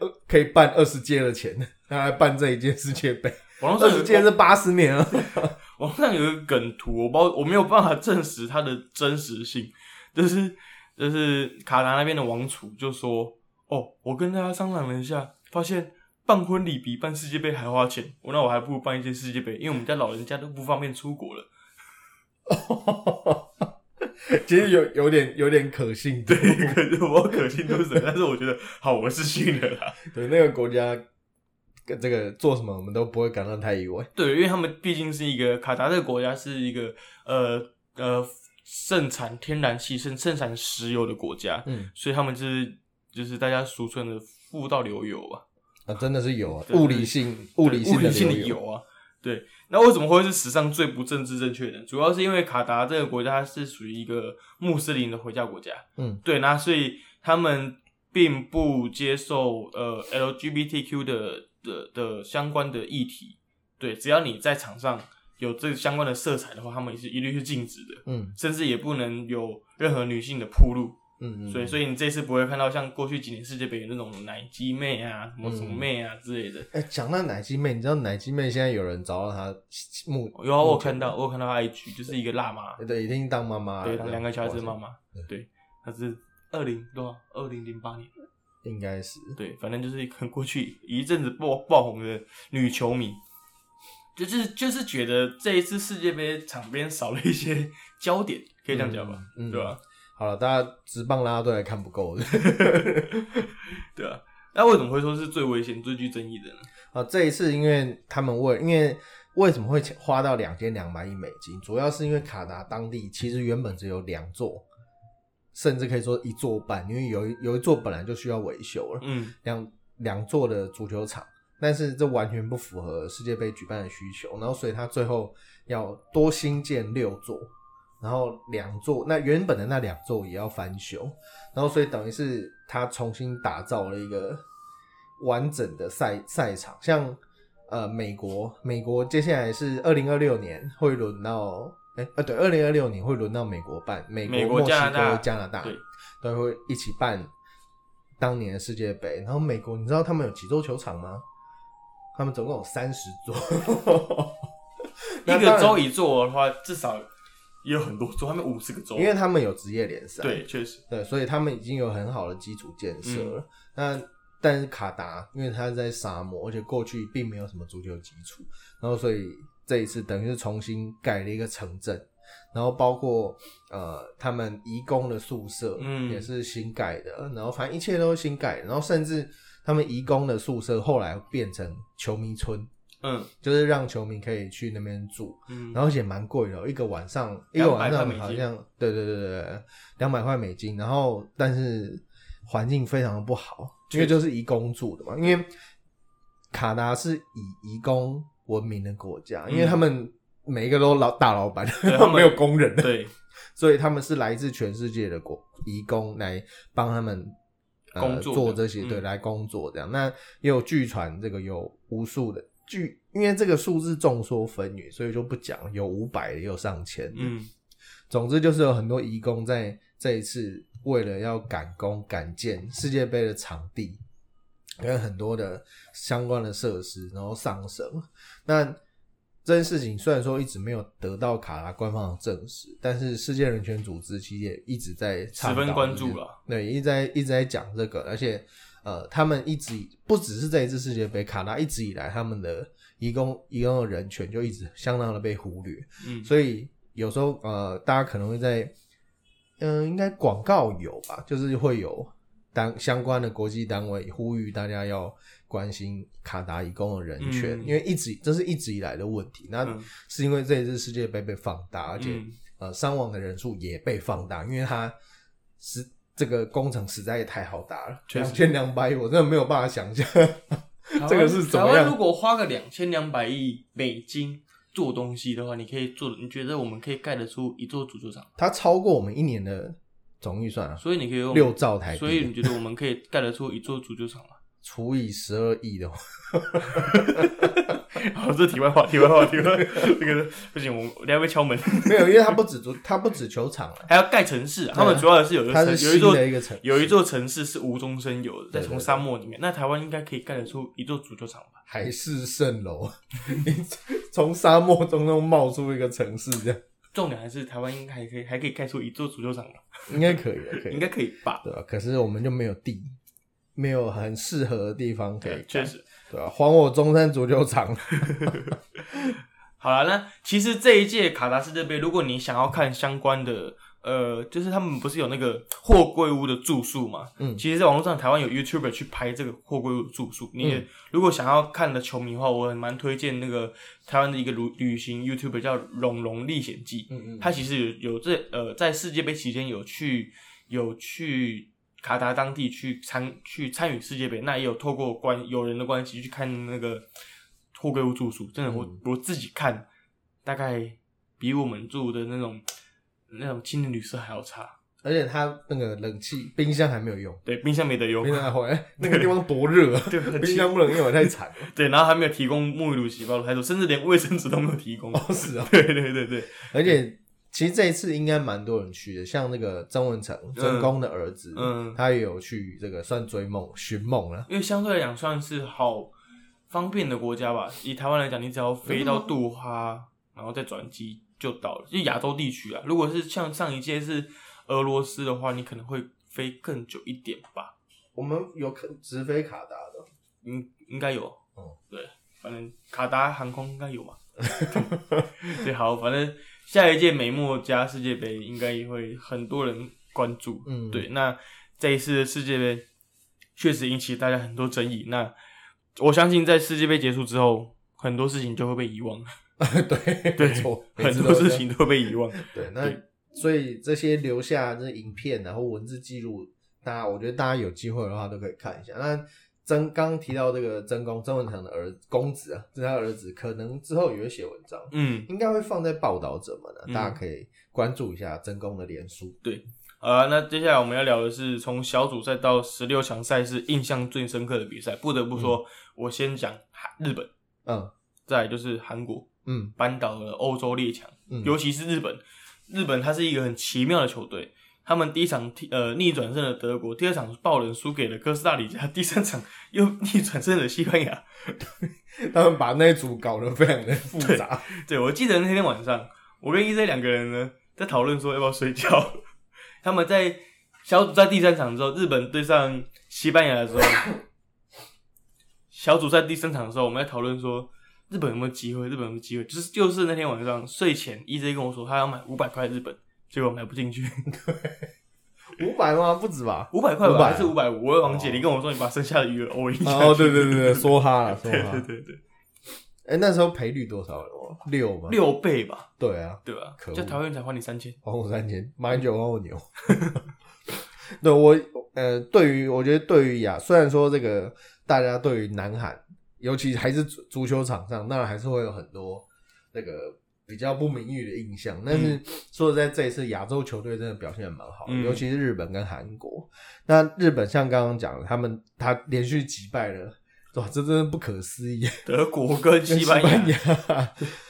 S2: 呃可以办二十届的钱，他来办这一届世界杯，
S1: 网络
S2: 二
S1: 上
S2: 十
S1: 有
S2: 届
S1: 个
S2: 是八十年啊。
S1: 网上有一个梗图，我不知道我没有办法证实它的真实性，就是就是卡达那边的王储就说：“哦，我跟大家商量了一下，发现。”办婚礼比办世界杯还花钱，我那我还不如办一届世界杯，因为我们家老人家都不方便出国了。
S2: 其实有有点有点可信度，
S1: 对，可是我不知道可信度是什么， 但是我觉得好，我是信了啦。
S2: 对那个国家跟这个做什么我们都不会感到太意外。
S1: 对，因为他们毕竟是一个卡达这个国家是一个呃呃盛产天然气、盛盛产石油的国家，
S2: 嗯
S1: 所以他们就是就是大家俗称的富到流油啊，
S2: 啊，真的是有啊，
S1: 对
S2: 物理性物理
S1: 对
S2: 性
S1: 物
S2: 的
S1: 理性的
S2: 流
S1: 油啊。对，那为什么会是史上最不政治正确的？主要是因为卡达这个国家它是属于一个穆斯林的回教国家，
S2: 嗯，
S1: 对，那所以他们并不接受呃 LGBTQ 的的的相关的议题。对，只要你在场上有这相关的色彩的话，他们也是一律是禁止的，
S2: 嗯
S1: 甚至也不能有任何女性的铺路。
S2: 嗯嗯，
S1: 所以所以你这次不会看到像过去几年世界杯有那种奶鸡妹啊、什么什么
S2: 嗯
S1: 妹啊之类的。
S2: 哎，讲到奶鸡妹，你知道奶鸡妹现在有人找到她目，
S1: 有啊，我有看到，我有看到她 IG，就是一个辣妈，
S2: 对，已经当妈妈了，
S1: 哦对，她两个小孩子的妈
S2: 哇，
S1: 妈，对，她是二零多少？二零零八年，
S2: 应该是，
S1: 对，反正就是很过去一阵子爆爆红的女球迷，就就是就是觉得这一次世界杯场边少了一些焦点，可以这样讲吧，
S2: 嗯嗯
S1: 对吧？
S2: 好了，大家直棒啦啦队还看不够的
S1: 对啊，那为什么会说是最危险、最具争议的呢？
S2: 啊！这一次，因为他们为因为为什么会花到两千两百亿美金，主要是因为卡达当地其实原本只有两座，甚至可以说一座半，因为有一有一座本来就需要维修了，
S1: 嗯
S2: 两两座的足球场，但是这完全不符合世界杯举办的需求，然后所以他最后要多新建六座，然后两座那原本的那两座也要翻修，然后所以等于是他重新打造了一个完整的赛赛场，像呃美国，美国接下来是二零二六年会轮到。哎、啊，对，二零二六年会轮到美国办，美国、
S1: 美国
S2: 墨西
S1: 加拿大
S2: 哥、加拿大，
S1: 对
S2: 都会一起办当年的世界杯。然后美国，你知道他们有几座球场吗？他们总共有三十座，
S1: 一
S2: 那当
S1: 个
S2: 然
S1: 州一座的话，至少也有很多州，他们五十个州，
S2: 因为他们有职业联赛，
S1: 对，确实，
S2: 对，所以他们已经有很好的基础建设了。那但是卡达，因为它在沙漠，而且过去并没有什么足球基础，然后所以这一次等于是重新盖了一个城镇，然后包括呃他们移工的宿舍，
S1: 嗯
S2: 也是新盖的，然后反正一切都是新盖的，然后甚至他们移工的宿舍后来变成球迷村，
S1: 嗯
S2: 就是让球迷可以去那边住，
S1: 嗯，
S2: 然后也蛮贵的哦，一个晚上一个
S1: 200块
S2: 晚上
S1: 美金
S2: 好像对对对对对，两百块美金，然后但是环境非常的不好，因为就是移工住的嘛，因为卡达是以移工闻名的国家，因为他们每一个都老大老板，
S1: 嗯对他们
S2: 没有工人，
S1: 对，
S2: 所以他们是来自全世界的国移工来帮他们、呃、
S1: 工作
S2: 做
S1: 的
S2: 这些，对，
S1: 嗯
S2: 来工作这样。那也有据传这个有无数的据，因为这个数字众说纷纭，所以就不讲，有五百的，也有上千的。
S1: 嗯
S2: 总之就是有很多移工在这一次为了要赶工赶建世界杯的场地，跟很多的相关的设施，然后上升。那这件事情虽然说一直没有得到卡拉官方的证实，但是世界人权组织其实也一直在倡导
S1: 十分关注啦，
S2: 对，一直在一直在讲这个，而且呃，他们一直以不只是这一次世界杯，卡拉一直以来他们的移工移工的人权就一直相当的被忽略，
S1: 嗯，
S2: 所以有时候呃，大家可能会在，嗯、应该广告有吧，就是会有单相关的国际单位呼吁大家要关心卡达移工的人权，
S1: 嗯
S2: 因为一直这是一直以来的问题。那
S1: 嗯
S2: 是因为这一次世界杯被放大，而且、
S1: 嗯
S2: 呃伤亡的人数也被放大，因为它是这个工程实在也太好打了，
S1: 确
S2: 两
S1: 实
S2: 千两百亿，我真的没有办法想象。 这个是
S1: 台
S2: 怎么样
S1: 湾台湾如果花个两千两百亿美金做东西的话，你可以做，你觉得我们可以盖得出一座足球场？
S2: 它超过我们一年的总预算啊，
S1: 所以你可以用
S2: 六兆台
S1: 嗯
S2: 币，
S1: 所以你觉得我们可以盖得出一座足球场吗？
S2: 除以十二亿的话，
S1: 好，这题外话，题外话，题外话，这个不行，我们等下被敲门。
S2: 没有，因为它不止足，它不止球场啊，
S1: 还要盖城市、啊，他们主要的是有一个
S2: 它
S1: 城
S2: 是
S1: 有一
S2: 新
S1: 座
S2: 的一个城市，
S1: 有一座城市是无中生有的，在
S2: 对对
S1: 从沙漠里面。那台湾应该可以盖得出一座足球场吧？
S2: 海市蜃楼， 你从沙漠中中冒出一个城市，这样
S1: 重点还是台湾应该还可以还可以盖出一座足球场吧？
S2: 应该可以的，可以
S1: 应
S2: 的，
S1: 该可以吧？
S2: 对吧？可是我们就没有地，没有很适合的地方可以
S1: 对，
S2: 盖，
S1: 确实。
S2: 对吧、还我中山足球场，
S1: 好了，那其实这一届卡达世界杯，如果你想要看相关的，呃，就是他们不是有那个货柜屋的住宿嘛？
S2: 嗯
S1: 其实，在网络上台湾有 YouTuber 去拍这个货柜屋的住宿。你也、如果想要看的球迷的话，我很蛮推荐那个台湾的一个旅旅行 YouTuber 叫《龙龙历险记》。
S2: 嗯嗯，
S1: 他其实有有这呃，在世界杯期间有去有去卡达当地去参去参与世界杯，那也有透过关友人的关系去看那个货柜屋住宿，
S2: 嗯
S1: 真的我、我自己看，大概比我们住的那种那种青年旅社还要差。
S2: 而且它那个冷气冰箱还没有用，
S1: 对，冰箱没得用
S2: 冰，箱还回来，那个地方多热啊，
S1: 哦对很
S2: 冰箱不能用，太惨了。
S1: 对，然后还没有 提供沐浴露、洗发露，还有甚至连卫生纸都没有提供。
S2: 哦，是啊，
S1: 对对对对，
S2: 而且其实这一次应该蛮多人去的，像那个曾文成，曾公的儿子，
S1: 嗯
S2: 他也有去这个算追梦寻梦啊了。
S1: 因为相对来讲算是好方便的国家吧。以台湾来讲，你只要飞到杜哈，然后再转机就到了。就亚洲地区啊，如果是像上一届是俄罗斯的话，你可能会飞更久一点吧。
S2: 我们有可直飞卡达的，
S1: 应应该有。
S2: 哦
S1: 对，反正卡达航空应该有嘛。 对，好，反正下一届美墨加世界杯应该也会很多人关注。
S2: 嗯
S1: 对，那这一次的世界杯确实引起大家很多争议。那我相信在世界杯结束之后，很多事情就会被遗忘，
S2: 对
S1: 对
S2: 没错，每
S1: 很
S2: 次
S1: 多
S2: 都这
S1: 事
S2: 样
S1: 情都会被遗忘。
S2: 对，那
S1: 对
S2: 所以这些留下这影片，啊然后文字记录，大家我觉得大家有机会的话都可以看一下。那曾刚刚提到这个曾公曾文成的儿公子啊，这是他儿子，可能之后也会写文章，
S1: 嗯，
S2: 应该会放在报道者们的、啊
S1: 嗯
S2: 大家可以关注一下曾公的脸书。
S1: 好啊，那接下来我们要聊的是从小组赛到十六强赛是印象最深刻的比赛。不得不说，我先讲韩日本，
S2: 嗯
S1: 再来就是韩国，
S2: 嗯
S1: 扳倒了欧洲列强，
S2: 嗯，
S1: 尤其是日本。日本它是一个很奇妙的球队，他们第一场踢呃逆转胜了德国，第二场爆冷输给了哥斯达黎加，第三场又 逆转胜了西班牙。
S2: 他们把那一组搞得非常的复杂。
S1: 对我记得那天晚上，我跟 EZ 两个人呢在讨论说要不要睡觉。 他们在小组赛第三场之后，日本对上西班牙的时候，小组赛第三场的时候，我们在讨论说日本有没有机会，日本有没有机会。就是就是那天晚上睡前，EZ 跟我说他要买五百块日本，结果买不进去，
S2: 五百吗？不止吧？
S1: 五百块吧
S2: 500
S1: 还是五百五？我问王姐，你跟我说你把剩下的余额 all in 下
S2: 哦，
S1: 去
S2: 对对对 对，梭哈了，梭
S1: 对对
S2: 哈。
S1: 对对，
S2: 哎、那时候赔率多少了？六吗？。
S1: 六倍吧，
S2: 对啊，
S1: 对吧
S2: 可？恶
S1: 在台湾才还你三千，
S2: 还我三千，马英九还我牛。 对我呃，对于我觉得对于亚，虽然说这个大家对于南韩，尤其还是足足球场上，当然还是会有很多那个比较不名誉的印象。但是说实在，这一次亚洲球队真的表现得蛮好的，
S1: 嗯
S2: 尤其是日本跟韩国。那日本像刚刚讲的，他们他连续击败了，哇，这真的不可思议。
S1: 德国跟
S2: 跟
S1: 西班牙。
S2: 牙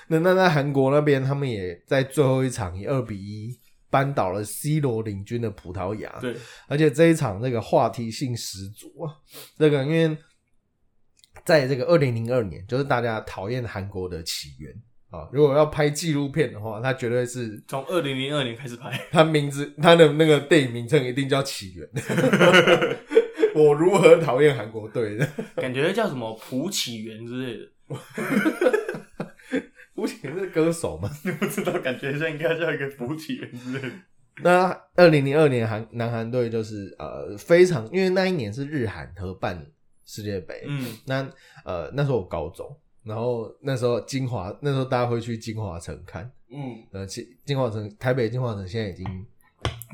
S2: 那那在韩国那边，他们也在最后一场以二比一扳倒了 C 罗领军的葡萄牙。
S1: 对，
S2: 而且这一场那个话题性十足啊，这个因为在这个二零零二年，就是大家讨厌韩国的起源啊。如果要拍纪录片的话，它绝对是
S1: 从二零零二年开始拍，
S2: 它名字它的那个电影名称一定叫起源。我如何讨厌韩国队的？
S1: 感觉叫什么蒲起源之类的，
S2: 吴奇是歌手吗？
S1: 不知道，感觉像应该叫一个蒲起源之类的。
S2: 那二零零二年韩南韩队就是呃非常，因为那一年是日韩合办世界杯，
S1: 嗯
S2: 那呃那时候我高中，然后那时候金华那时候大家会去金华城看，
S1: 嗯，
S2: 呃其金华城台北金华城现在已经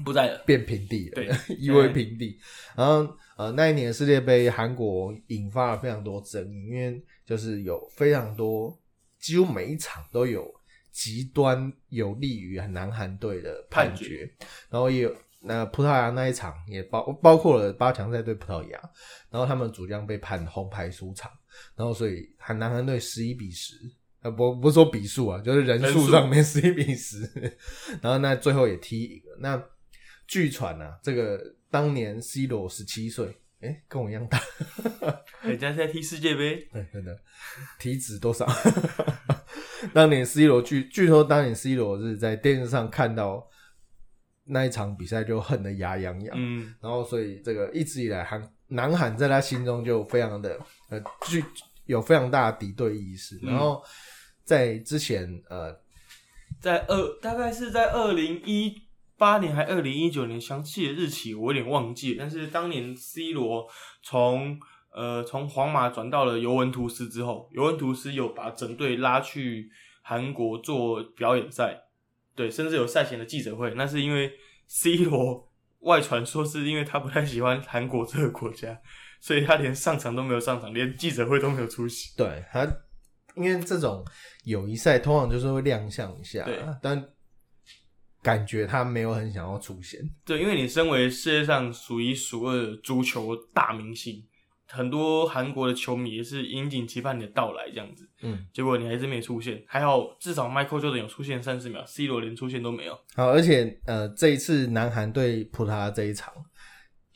S1: 不在了。
S2: 变平地
S1: 对
S2: 了，夷为平地。然后呃那一年世界杯韩国引发了非常多争议，因为就是有非常多几乎每一场都有极端有利于南韩队的判
S1: 判
S2: 决，然后也有那葡萄牙那一场也包包括了八强赛对葡萄牙，然后他们主将被判红牌出场，然后所以韩南韩队十一比十。呃，不，不是说比数啊，就是人
S1: 人
S2: 数
S1: 数
S2: 上面十一比十， 然后那最后也踢赢了。那据传啊，这个当年 C 罗十七岁，诶、跟我一样大，
S1: 人家在踢世界杯，
S2: 对，真的，体脂多少？ 当年 C 罗据据说当年 C 罗是在电视上看到那一场比赛就恨得牙痒痒，
S1: 嗯，
S2: 然后所以这个一直以来韩南韩在他心中就非常的呃具有非常大的敌对意识，
S1: 嗯
S2: 然后在之前呃
S1: 在二大概是在二零一八年还二零一九年，详细的日期我有点忘记了，但是当年 C 罗从呃从皇马转到了尤文图斯之后，尤文图斯有把整队拉去韩国做表演赛，对，甚至有赛前的记者会，那是因为 C 罗外传说是因为他不太喜欢韩国这个国家，所以他连上场都没有上场，连记者会都没有出席。
S2: 对他，因为这种友谊赛通常就是会亮相一下
S1: 对，
S2: 但感觉他没有很想要出现。
S1: 对，因为你身为世界上数一数二的足球大明星，很多韩国的球迷也是引颈期盼你的到来，这样子。
S2: 嗯，
S1: 结果你还是没出现，还好至少 Michael Jordan 有出现三十秒，C 罗连出现都没有。
S2: 好，而且呃，这一次南韩对葡萄牙这一场，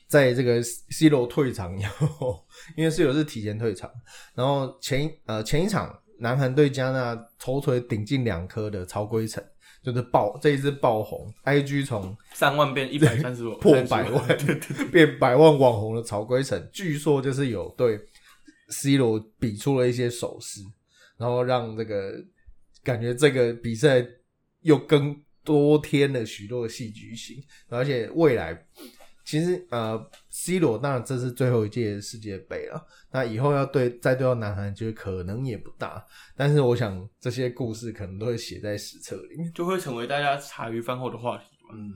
S2: 在这个 C 罗退场以后，因为 C 罗是提前退场，然后前一呃前一场南韩对加纳头锤顶进两颗的曹圭成，就是爆这一支爆红，IG 从
S1: 三万变一百三 十万，
S2: 破百万
S1: 对对对，
S2: 变百万网红的曹圭成，据说就是有对 C 罗比出了一些手势，然后让这个感觉这个比赛又更多添了许多的戏剧性，而且未来其实呃 C 罗当然这是最后一届世界杯了，那以后要对再对到南韩，就是可能也不大，但是我想这些故事可能都会写在史册里面。
S1: 就会成为大家茶余饭后的话题嘛。
S2: 嗯，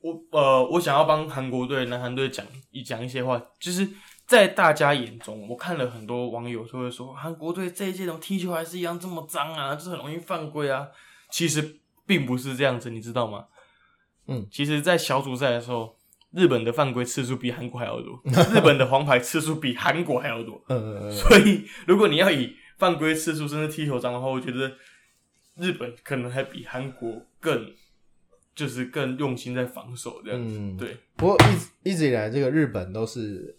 S1: 我呃，我想要帮韩国队、南韩队讲一讲一些话，就是在大家眼中，我看了很多网友就会说，韩国队这一届怎么踢球还是一样这么脏啊，就是很容易犯规啊。其实并不是这样子，你知道吗？
S2: 嗯，
S1: 其实，在小组赛的时候，日本的犯规次数比韩国还要多，日本的黄牌次数比韩国还要多。
S2: 呃，
S1: 所以，如果你要以犯规次数甚至踢球脏的话，我觉得日本可能还比韩国更，就是更用心在防守这样子。
S2: 嗯
S1: 对
S2: 不过一直一直以来，这个日本都是，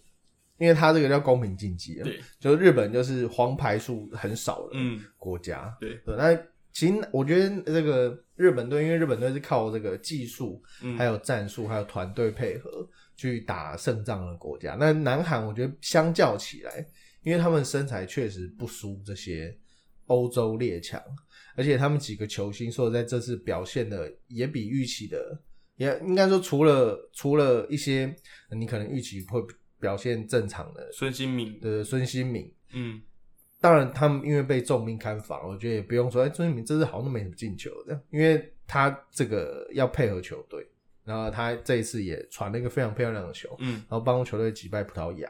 S2: 因为它这个叫公平竞技啊，
S1: 对，
S2: 就是日本就是黄牌数很少的
S1: 嗯，
S2: 国家，
S1: 对
S2: 对。那其实我觉得这个日本队，因为日本队是靠这个技术、
S1: 嗯
S2: 还有战术、还有团队配合去打胜仗的国家。那南韩我觉得相较起来，因为他们身材确实不输这些欧洲列强，而且他们几个球星说实在这次表现的也比预期的，也应该说除了除了一些你可能预期会表现正常的，
S1: 孙兴民，
S2: 呃，孙兴敏。
S1: 嗯，
S2: 当然，他们因为被重兵看防，我觉得也不用说，哎、孙兴民这次好像都没怎么进球这样，因为他这个要配合球队，然后他这一次也传了一个非常漂亮的球，
S1: 嗯，
S2: 然后帮球队击败葡萄牙。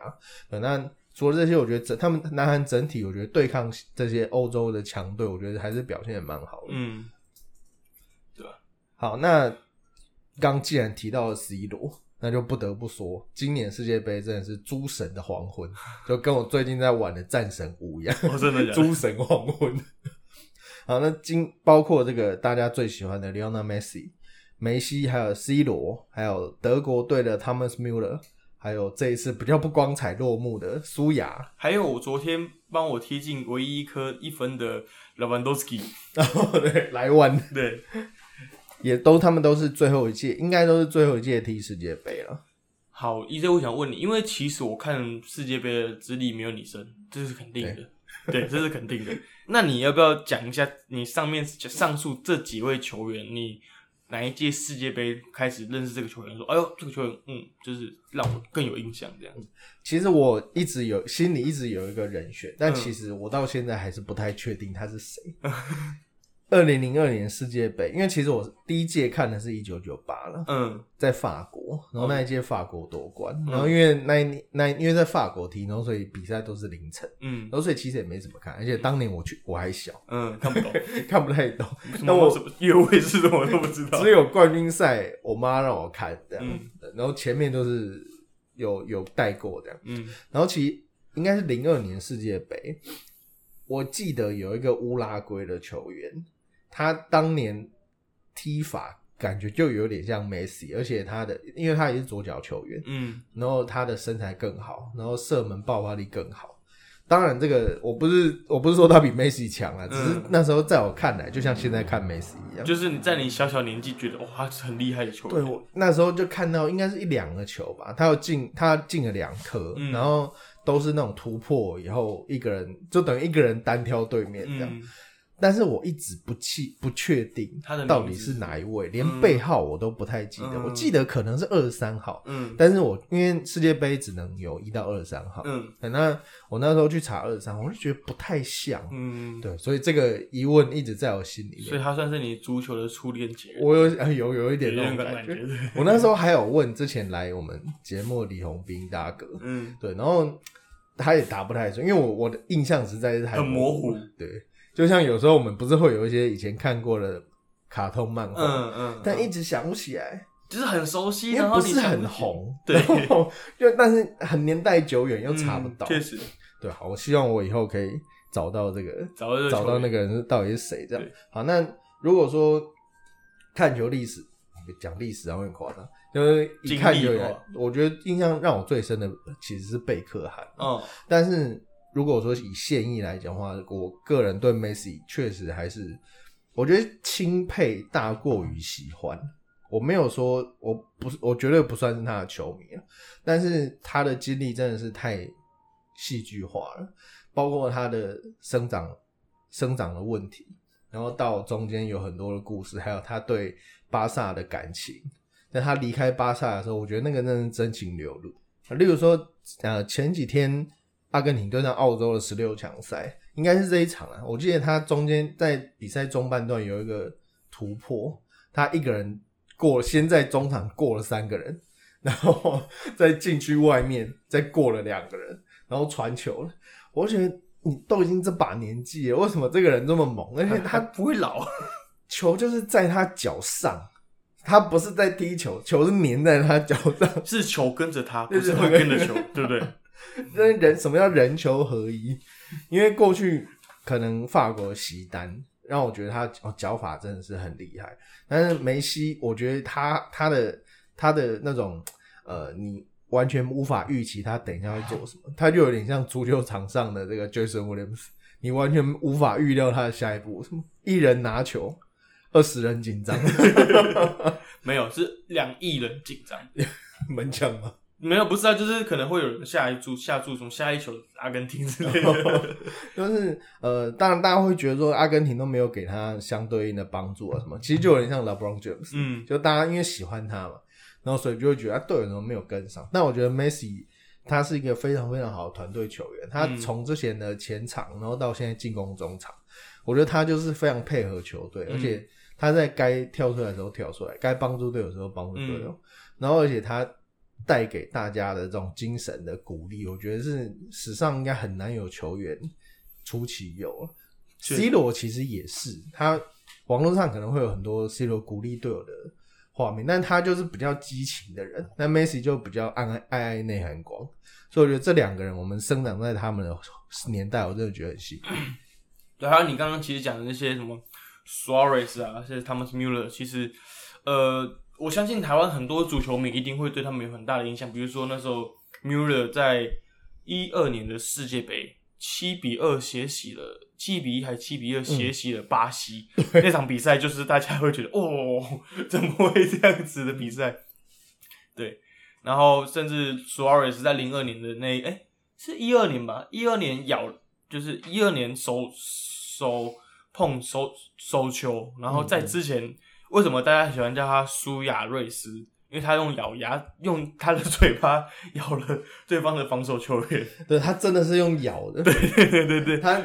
S2: 对，那除了这些，我觉得整他们南韩整体，我觉得对抗这些欧洲的强队，我觉得还是表现的蛮好的。
S1: 嗯，
S2: 好，那刚既然提到了 C 罗，那就不得不说，今年世界杯真的是诸神的黄昏，就跟我最近在玩的战神五一样。
S1: 我哦真的 假的
S2: 诸神黄昏。好，那今包括这个大家最喜欢的 Lionel Messi、梅西，还有 C 罗，还有德国队的 Thomas Müller，还有这一次比较不光彩落幕的苏亚，
S1: 还有我昨天帮我踢进唯一一颗一分的 Lewandowski，
S2: 然后对莱万，
S1: 对，
S2: 也都他们都是最后一届，应该都是最后一届踢世界杯了。
S1: 好，一这我想问你，因为其实我看世界杯的资历没有你深，这是肯定的，对，这是肯定的。那你要不要讲一下你上面上述这几位球员，你哪一届世界杯开始认识这个球员？说，哎呦，这个球员，嗯，就是让我更有印象这样子。
S2: 其实我一直有心里一直有一个人选，但
S1: 嗯
S2: 其实我到现在还是不太确定他是谁。二零零二年世界杯，因为其实我第一届看的是一九九八了，
S1: 嗯
S2: 在法国，然后那一届法国夺冠，
S1: 嗯
S2: 然后因为那一年那因为在法国踢，然后所以比赛都是凌晨，
S1: 嗯
S2: 然后所以其实也没怎么看，而且当年我去我还小，
S1: 嗯，看 不懂，
S2: 看不太懂，
S1: 什
S2: 那
S1: 么
S2: 我
S1: 什么越位是什么我都不知道
S2: 只。有冠军赛我妈让我看这样，
S1: 嗯
S2: 然后前面都是有有带过这样，
S1: 嗯
S2: 然后其实应该是零二年世界杯，我记得有一个乌拉圭的球员，他当年踢法感觉就有点像梅西，而且他的因为他也是左脚球员。
S1: 嗯
S2: 然后他的身材更好，然后射门爆发力更好。当然，这个我不是我不是说他比梅西强啊，只是那时候在我看来，就像现在看梅西一
S1: 嗯
S2: 样。
S1: 就是你在你小小年纪觉得哇，他是很厉害的球员。
S2: 对我那时候就看到应该是一两个球吧，他有进他进了两颗，
S1: 嗯
S2: 然后都是那种突破以后一个人就等于一个人单挑对面这样。
S1: 嗯，
S2: 但是我一直不记不确定
S1: 他的名字
S2: 到底是哪一位，连背号我都不太记得，
S1: 嗯
S2: 我记得可能是二十三号，
S1: 嗯
S2: 但是我因为世界杯只能有一到二十三号，
S1: 嗯
S2: 对哎那我那时候去查二三，我就觉得不太像，
S1: 嗯，
S2: 对，所以这个疑问一直在我心里
S1: 所以
S2: 面。
S1: 他算是你足球的初恋情人，
S2: 我有呃有有一点那
S1: 那
S2: 种
S1: 种
S2: 感觉。
S1: 觉。对
S2: 我那时候还有问之前来我们节目的李红兵大哥，
S1: 嗯，
S2: 对，然后他也答不太准，因为我我的印象实在是太
S1: 很模糊。
S2: 对，就像有时候我们不是会有一些以前看过的卡通漫画，
S1: 嗯嗯，
S2: 但一直想不起来。
S1: 就是很熟悉，
S2: 因为
S1: 然后
S2: 不
S1: 你
S2: 是
S1: 想
S2: 很
S1: 不起
S2: 红，
S1: 对
S2: 然后就但是很年代久远，又查不
S1: 嗯，
S2: 到
S1: 确、实
S2: 对，好，我希望我以后可以找到这个，
S1: 找到
S2: 找到那
S1: 个
S2: 个人是到底是谁，这样
S1: 对。
S2: 好，那如果说看球历史，讲历史好像有点夸张，就是一看
S1: 经
S2: 就
S1: 历哦
S2: 有
S1: 过，
S2: 我觉得印象让我最深的其实是贝克汉，
S1: 球员，
S2: 但是如果说以现役来讲的话，我个人对 Messi 确实还是，我觉得钦佩大过于喜欢。我没有说我不是，我绝对不算是他的球迷啊，但是他的经历真的是太戏剧化了，包括他的生长生长的问题，然后到中间有很多的故事，还有他对巴萨的感情。但他离开巴萨的时候，我觉得那个真的是真情流露。啊例如说，呃，前几天阿根廷对上澳洲的十六强赛，应该是这一场啊。我记得他中间在比赛中半段有一个突破，他一个人过，先在中场过了三个人，然后 在禁区外面再过了两个人，然后传球了。我觉得你都已经这把年纪了，为什么这个人这么猛？而且
S1: 嗯，
S2: 他
S1: 不会老，
S2: 球就是在他脚上，他不是在踢球，球是粘在他脚上。
S1: 是球跟着他，
S2: 对
S1: 不是
S2: 对
S1: 会
S2: 对
S1: 跟着球，对不对？
S2: 那人什么叫人球合一？ 因为过去可能法国席丹让我觉得他哦脚法真的是很厉害，但是梅西，我觉得他他的他的那种呃，你完全无法预期他等一下会做什么，他就有点像足球场上的这个 Jason Williams，你完全无法预料他的下一步，什么一人拿球，二十人紧张，
S1: 没有，是两亿人紧张，
S2: 门将吗？
S1: 没有，不是啊，就是可能会有人下一注下注从下一球阿根廷之类 的，
S2: 就是呃，当然大家会觉得说阿根廷都没有给他相对应的帮助啊什么，其实就有点像 LeBron James，、
S1: 嗯，
S2: 就大家因为喜欢他嘛，然后所以就会觉得啊，队友怎么没有跟上？但我觉得 Messi 他是一个非常非常好的团队球员，他
S1: 嗯
S2: 从之前的前场，然后到现在进攻中场，我觉得他就是非常配合球队，
S1: 嗯
S2: 而且他在该跳出来的时候跳出来，该帮助队友的时候帮助队友，然后而且他。带给大家的这种精神的鼓励，我觉得是史上应该很难有球员出其右了。
S1: 确
S2: C 罗其实也是，他网络上可能会有很多 C 罗鼓励队友的画面，但他就是比较激情的人，那 Messi 就比较暗爱爱爱内涵光，所以我觉得这两个人，我们生长在他们的年代，我真的觉得很幸福。
S1: 对，还有你刚刚其实讲的那些什么 Suarez 啊，是 Thomas Muller，其实呃，我相信台湾很多足球迷一定会对他们有很大的影响。比如说那时候 Muller 在一二年的世界杯七比二血洗了。七比一还七比二血洗了巴西、 那场比赛，就是大家会觉得哦，怎么会这样子的比赛？对，然后甚至 Suarez 在零二年的那哎、是一二年吧，一二年咬就是一二年手手碰手手球，然后在之前、为什么大家喜欢叫他苏亚瑞斯？因为他用咬牙用他的 嘴巴咬了对方的防守球员，
S2: 对他真的是用咬的，
S1: 对对对对，
S2: 他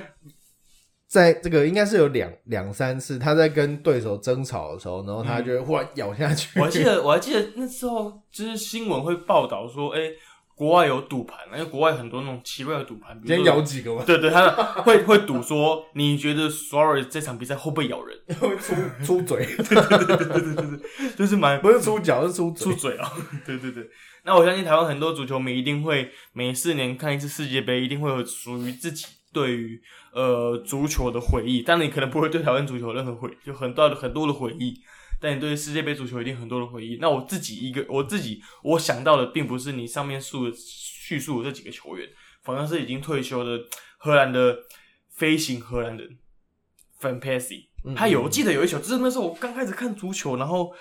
S2: 在这个应该是有两两三次，他在跟对手争吵的时候，然后他就会忽然咬下去。
S1: 我还记得，我还记得那时候就是新闻会报道说，哎、国外有赌盘，因为国外很多那种奇怪的赌盘，比
S2: 今
S1: 如
S2: 天
S1: 说
S2: 咬几 个嘛？
S1: 对对，他们会会赌说，你觉得 Sorry 这场比赛会不会咬人？
S2: 会出出嘴，
S1: 对对对对对，就是蛮
S2: 不是出脚，是出
S1: 出
S2: 嘴。
S1: 嘴啊、 对对对，那我相信台湾很多足球迷一定会每四年看一次世界杯，一定会有属于自己对于呃足球的回忆。但你可能不会对台湾足球有任何回，就很多的很多的回忆。但你对世界杯足球一定很多的回忆。那我自己一个，我自己我想到的并不是你上面述的叙述的这几个球员，反而是已经退休的荷兰的飞行荷兰人 Van Persie。他
S2: 嗯
S1: 有，我记得有一球，就是那时候我刚开始看足球，然后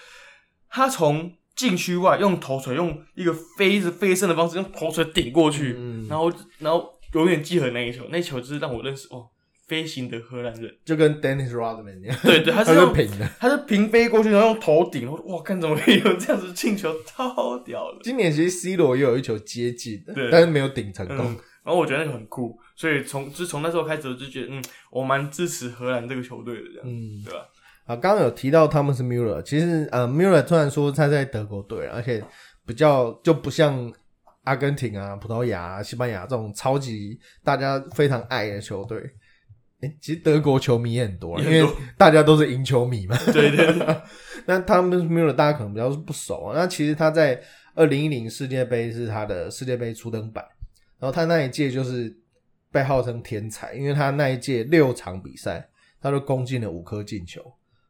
S1: 他从禁区外用头锤，用一个飞着飞身的方式，用头锤顶过去，
S2: 嗯
S1: 然后然后永远记得那一球，那一球就是让我认识哦，飞行的荷兰人，
S2: 就跟 Dennis Rodman 一样，
S1: 对对，他
S2: 他
S1: 是
S2: 是
S1: 用
S2: 平的。
S1: 他是平飞过去，然后用头顶，我说哇，看怎么可以有这样子进球，超屌的。
S2: 今年其实 C 罗也有一球接近的
S1: 对，
S2: 但是没有顶成
S1: 嗯
S2: 功。，
S1: 然后我觉得那个很酷，所以从就从那时候开始，我就觉得嗯，我蛮支持荷兰这个球队的，这样、
S2: 嗯，
S1: 对吧？
S2: 啊，刚刚有提到他们是 Muller，其实呃，Muller 虽然说他在德国队，而且比较就不像阿根廷啊、葡萄牙啊、西班牙这种超级大家非常爱的球队，诶其实德国球迷也很多啊啦，因
S1: 也
S2: 为
S1: 很多
S2: 大家都是赢球迷嘛。
S1: 对对对，
S2: 那他们穆勒大家可能比较不熟、啊。那其实他在二零一零世界杯是他的世界杯初登板，然后他那一届就是被号称天才，因为他那一届六场比赛，他就攻进了五颗进球，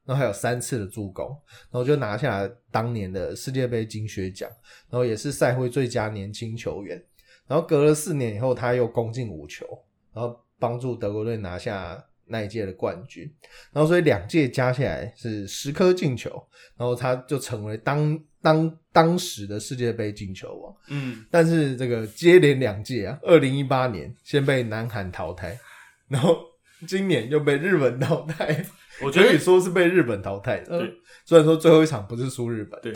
S2: 然后还有三次的助攻，然后就拿下了当年的世界杯金靴奖，然后也是赛会最佳年轻球员。然后隔了四年以后，他又攻进五球，然后帮助德国队拿下那一届的冠军。然后所以两届加起来是十颗进球，然后他就成为当当当时的世界杯进球王。
S1: 嗯，
S2: 但是这个接连两届啊，二零一八年先被南韩淘汰，然后今年又被日本淘汰，
S1: 我觉
S2: 可以
S1: 得
S2: 说是被日本淘汰的。呃
S1: 对，
S2: 虽然说最后一场不是输日本，
S1: 对，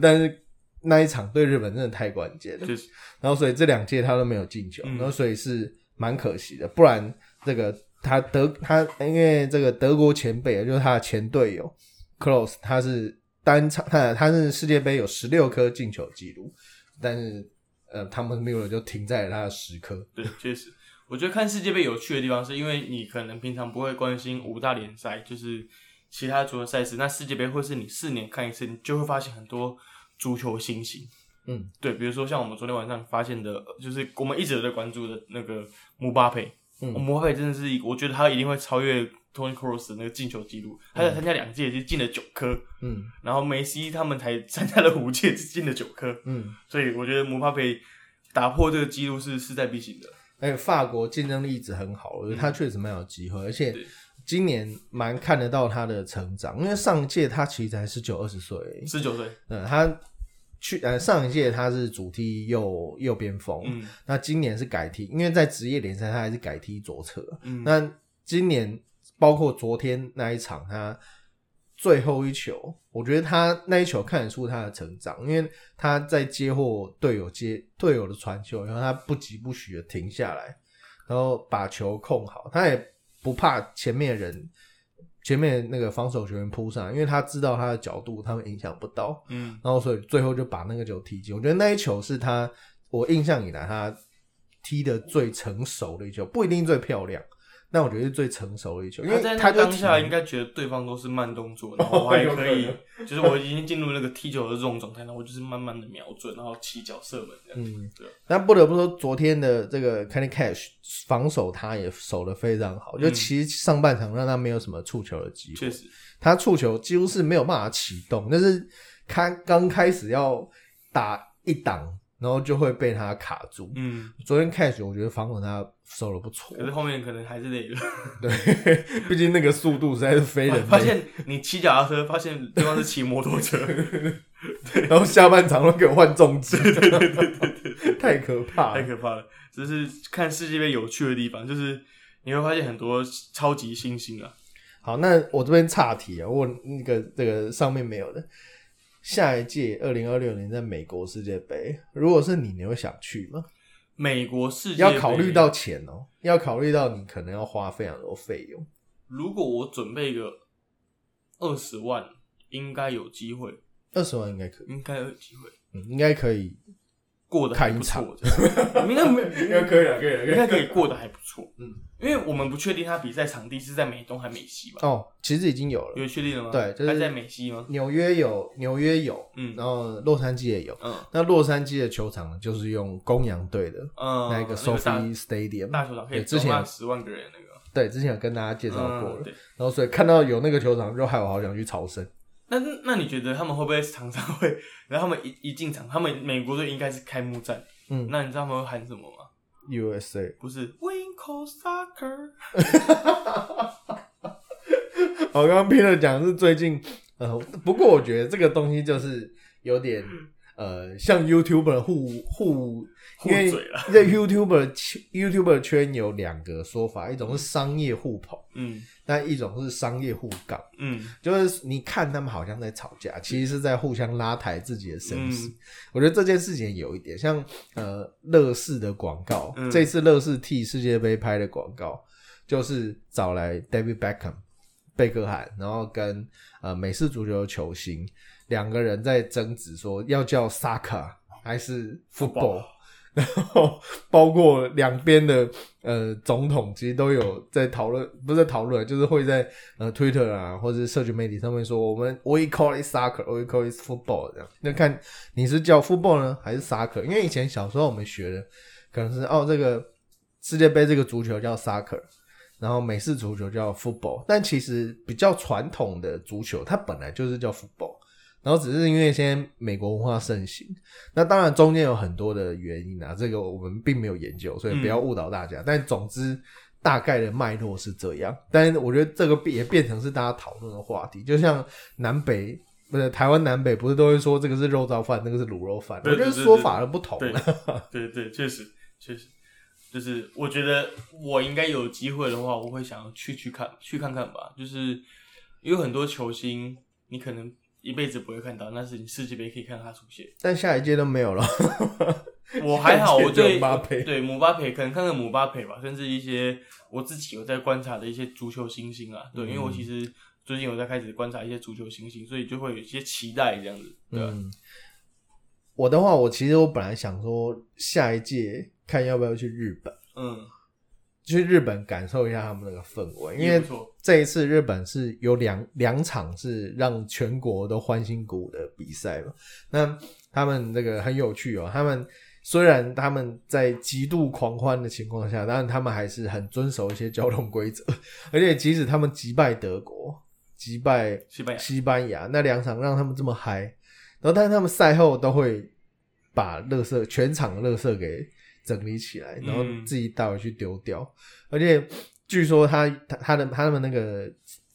S2: 但是那一场对日本真的太关键了。
S1: 就是
S2: 然后所以这两届他都没有进球，
S1: 嗯
S2: 然后所以是蛮可惜的。不然这个他德他因为这个德国前辈就是他的前队友 Close，他是单场他他是世界杯有十六颗进球记录，但是呃他们没有就停在了他的十颗。
S1: 对，确实，我觉得看世界杯有趣的地方，是因为你可能平常不会关心五大联赛，就是其他足球赛事，那世界杯会是你四年看一次，你就会发现很多足球新星。
S2: 嗯，
S1: 对，比如说像我们昨天晚上发现的，呃就是我们一直有在关注的那个姆巴佩，哦
S2: 嗯
S1: 姆巴佩真的是一个，我觉得他一定会超越 Tony Cross 的那个进球记录，他在参加两届已经进了九颗，
S2: 嗯
S1: 然后梅西他们才参加了五届，只进了九颗，
S2: 嗯，
S1: 所以我觉得姆巴佩打破这个记录是势在必行的。
S2: 而且哎法国竞争力一直很好，我觉得他确实蛮有机会，而且
S1: 对。
S2: 今年蛮看得到他的成长，因为上届他其实才十九二十岁而已，
S1: 十九岁，
S2: 嗯，他去呃上一届他是主踢右右边锋，
S1: 嗯
S2: 那今年是改踢，因为在职业联赛他还是改踢左侧。
S1: 嗯，
S2: 那今年包括昨天那一场，他最后一球，我觉得他那一球看得出他的成长，因为他在接获队友接队友的传球，然后他不疾不徐的停下来，然后把球控好，他也不怕前面的人。前面那个防守球员扑上来，因为他知道他的角度，他们影响不到。
S1: 嗯
S2: 然后所以最后就把那个球踢进。我觉得那一球是他我印象以来他踢的最成熟的一球，不一定最漂亮，但我觉得是最成熟的一球，因
S1: 他
S2: 为
S1: 在
S2: 他
S1: 那
S2: 就
S1: 当下
S2: 体
S1: 应该觉得对方都是慢动作，然
S2: 哦
S1: 后我还可以，就是我已经进入那个踢球的这种状态，然后我就是慢慢的瞄准，然后起脚射门这样。
S2: 嗯
S1: 对，
S2: 但不得不说，昨天的这个 Kenny Cash 防守他也守得非常好，就
S1: 嗯
S2: 其实上半场让他没有什么触球的机会，
S1: 确实，
S2: 他触球几乎是没有办法启动，但是开刚开始要打一档，然后就会被他卡住。
S1: 嗯，
S2: 昨天 Cash 我觉得防守他守得不错，
S1: 可是后面可能还是累了，
S2: 对， 毕竟那个速度实在是非人类。
S1: 发现你骑脚踏车，发现对方是骑摩托车，
S2: 然后下半场都给我换重击， 对对对对太可怕
S1: 太
S2: 了。
S1: 可怕了。这是看世界杯有趣的地方，就是你会发现很多超级新星啊，
S2: 好，那我这边岔题啊，我那个这个上面没有的，下一届二零二六年在美国世界杯，如果是你，你会想去吗？
S1: 美国世界杯
S2: 要考虑到钱哦、要考虑到你可能要花非常多费用。
S1: 如果我准备个二十万，应该有机会，
S2: 二十万应该可以，
S1: 应该有机会
S2: 嗯应该可以，
S1: 过得还不错，这样应该没有，
S2: 该可以了，可以了
S1: 应该可以过得还不错。
S2: 嗯，
S1: 因为我们不确定他比赛场地是在美东还美西吧？
S2: 哦，其实已经有了，
S1: 有确定了吗？
S2: 对就是
S1: 还在美西吗？
S2: 纽约有，纽约有，
S1: 嗯
S2: 然后洛杉矶也有。
S1: 嗯
S2: 那洛杉矶的球场呢，就是用公羊队的
S1: 嗯，
S2: 那一个
S1: 大
S2: Sophie Stadium，、
S1: 大球场可以
S2: 对之
S1: 容
S2: 前
S1: 纳十万个人那个，
S2: 对，之前有跟大家介绍过了。
S1: 嗯对。
S2: 然后所以看到有那个球场，就害我好想去朝圣。
S1: 那那你觉得他们会不会常常会？ 然后他们一一进场，他们美国队应该是开幕战，
S2: 嗯
S1: 那你知道他们会喊什么吗？
S2: USA，
S1: 不是 Winkle Soccer，
S2: 哦我刚刚 Peter 讲是最近，呃，不过我觉得这个东西就是有点呃，像 YouTuber 互互
S1: 互
S2: 因为
S1: 嘴啊了。
S2: 在 YouTuber 圈 YouTuber 圈有两个说法，一种是商业互捧，
S1: 嗯
S2: 那一种是商业互杠。
S1: 嗯，
S2: 就是你看他们好像在吵架，其实是在互相拉抬自己的身世。
S1: 嗯
S2: 我觉得这件事情有一点像呃乐视的广告，
S1: 嗯
S2: 这次乐视替世界杯拍的广告就是找来 David Beckham 贝克汉，然后跟呃美式足球的球星两个人在争执说要叫 soccer 还是 football。 然后包括两边的呃总统，其实都有在讨论，不是在讨论，就是会在呃 Twitter 啊或者是社群媒体上面说，我们 we call it soccer, we call it football 这样。那看你是叫 football 呢，还是 soccer？因为以前小时候我们学的可能是哦，这个世界杯这个足球叫 soccer，然后美式足球叫 football，但其实比较传统的足球它本来就是叫 football。然后只是因为现在美国文化盛行，那当然中间有很多的原因啊，这个我们并没有研究，所以不要误导大
S1: 嗯
S2: 家。但总之大概的脉络是这样，但是我觉得这个变也变成是大家讨论的话题，就像南北不是台湾南北不是都会说这个是肉燥饭，那个是卤肉饭，
S1: 对对
S2: 我觉
S1: 对
S2: 得说法的不同啊
S1: 对
S2: 了。
S1: 对对，确实确实，就是我觉得我应该有机会的话，我会想要去去看去看看吧。就是有很多球星，你可能一辈子不会看到，但是你世界杯可以看到他出现。
S2: 但下一届都没有了，
S1: 我还 好，
S2: 下一届
S1: 我对
S2: 就姆巴佩
S1: 对姆巴佩可能看看姆巴佩吧，甚至一些我自己有在观察的一些足球新星啊，对，因为我其实最近有在开始观察一些足球新星，所以就会有一些期待这样子，对啊吧？
S2: 嗯，我的话，我其实我本来想说下一届看要不要去日本。
S1: 嗯，
S2: 去日本感受一下他们那个氛围，因
S1: 也
S2: 为
S1: 不错
S2: 这一次日本是有两两场是让全国都欢欣鼓舞的比赛嘛。那他们这个很有趣哦，他们虽然他们在极度狂欢的情况下，但是他们还是很遵守一些交通规则，而且即使他们击败德国、击败
S1: 西班牙
S2: 西班牙那两场让他们这么嗨，然后但是他们赛后都会把垃圾全场的垃圾给整理起来，
S1: 嗯
S2: 然后自己带回去丢掉。而且据说他他他的他们那个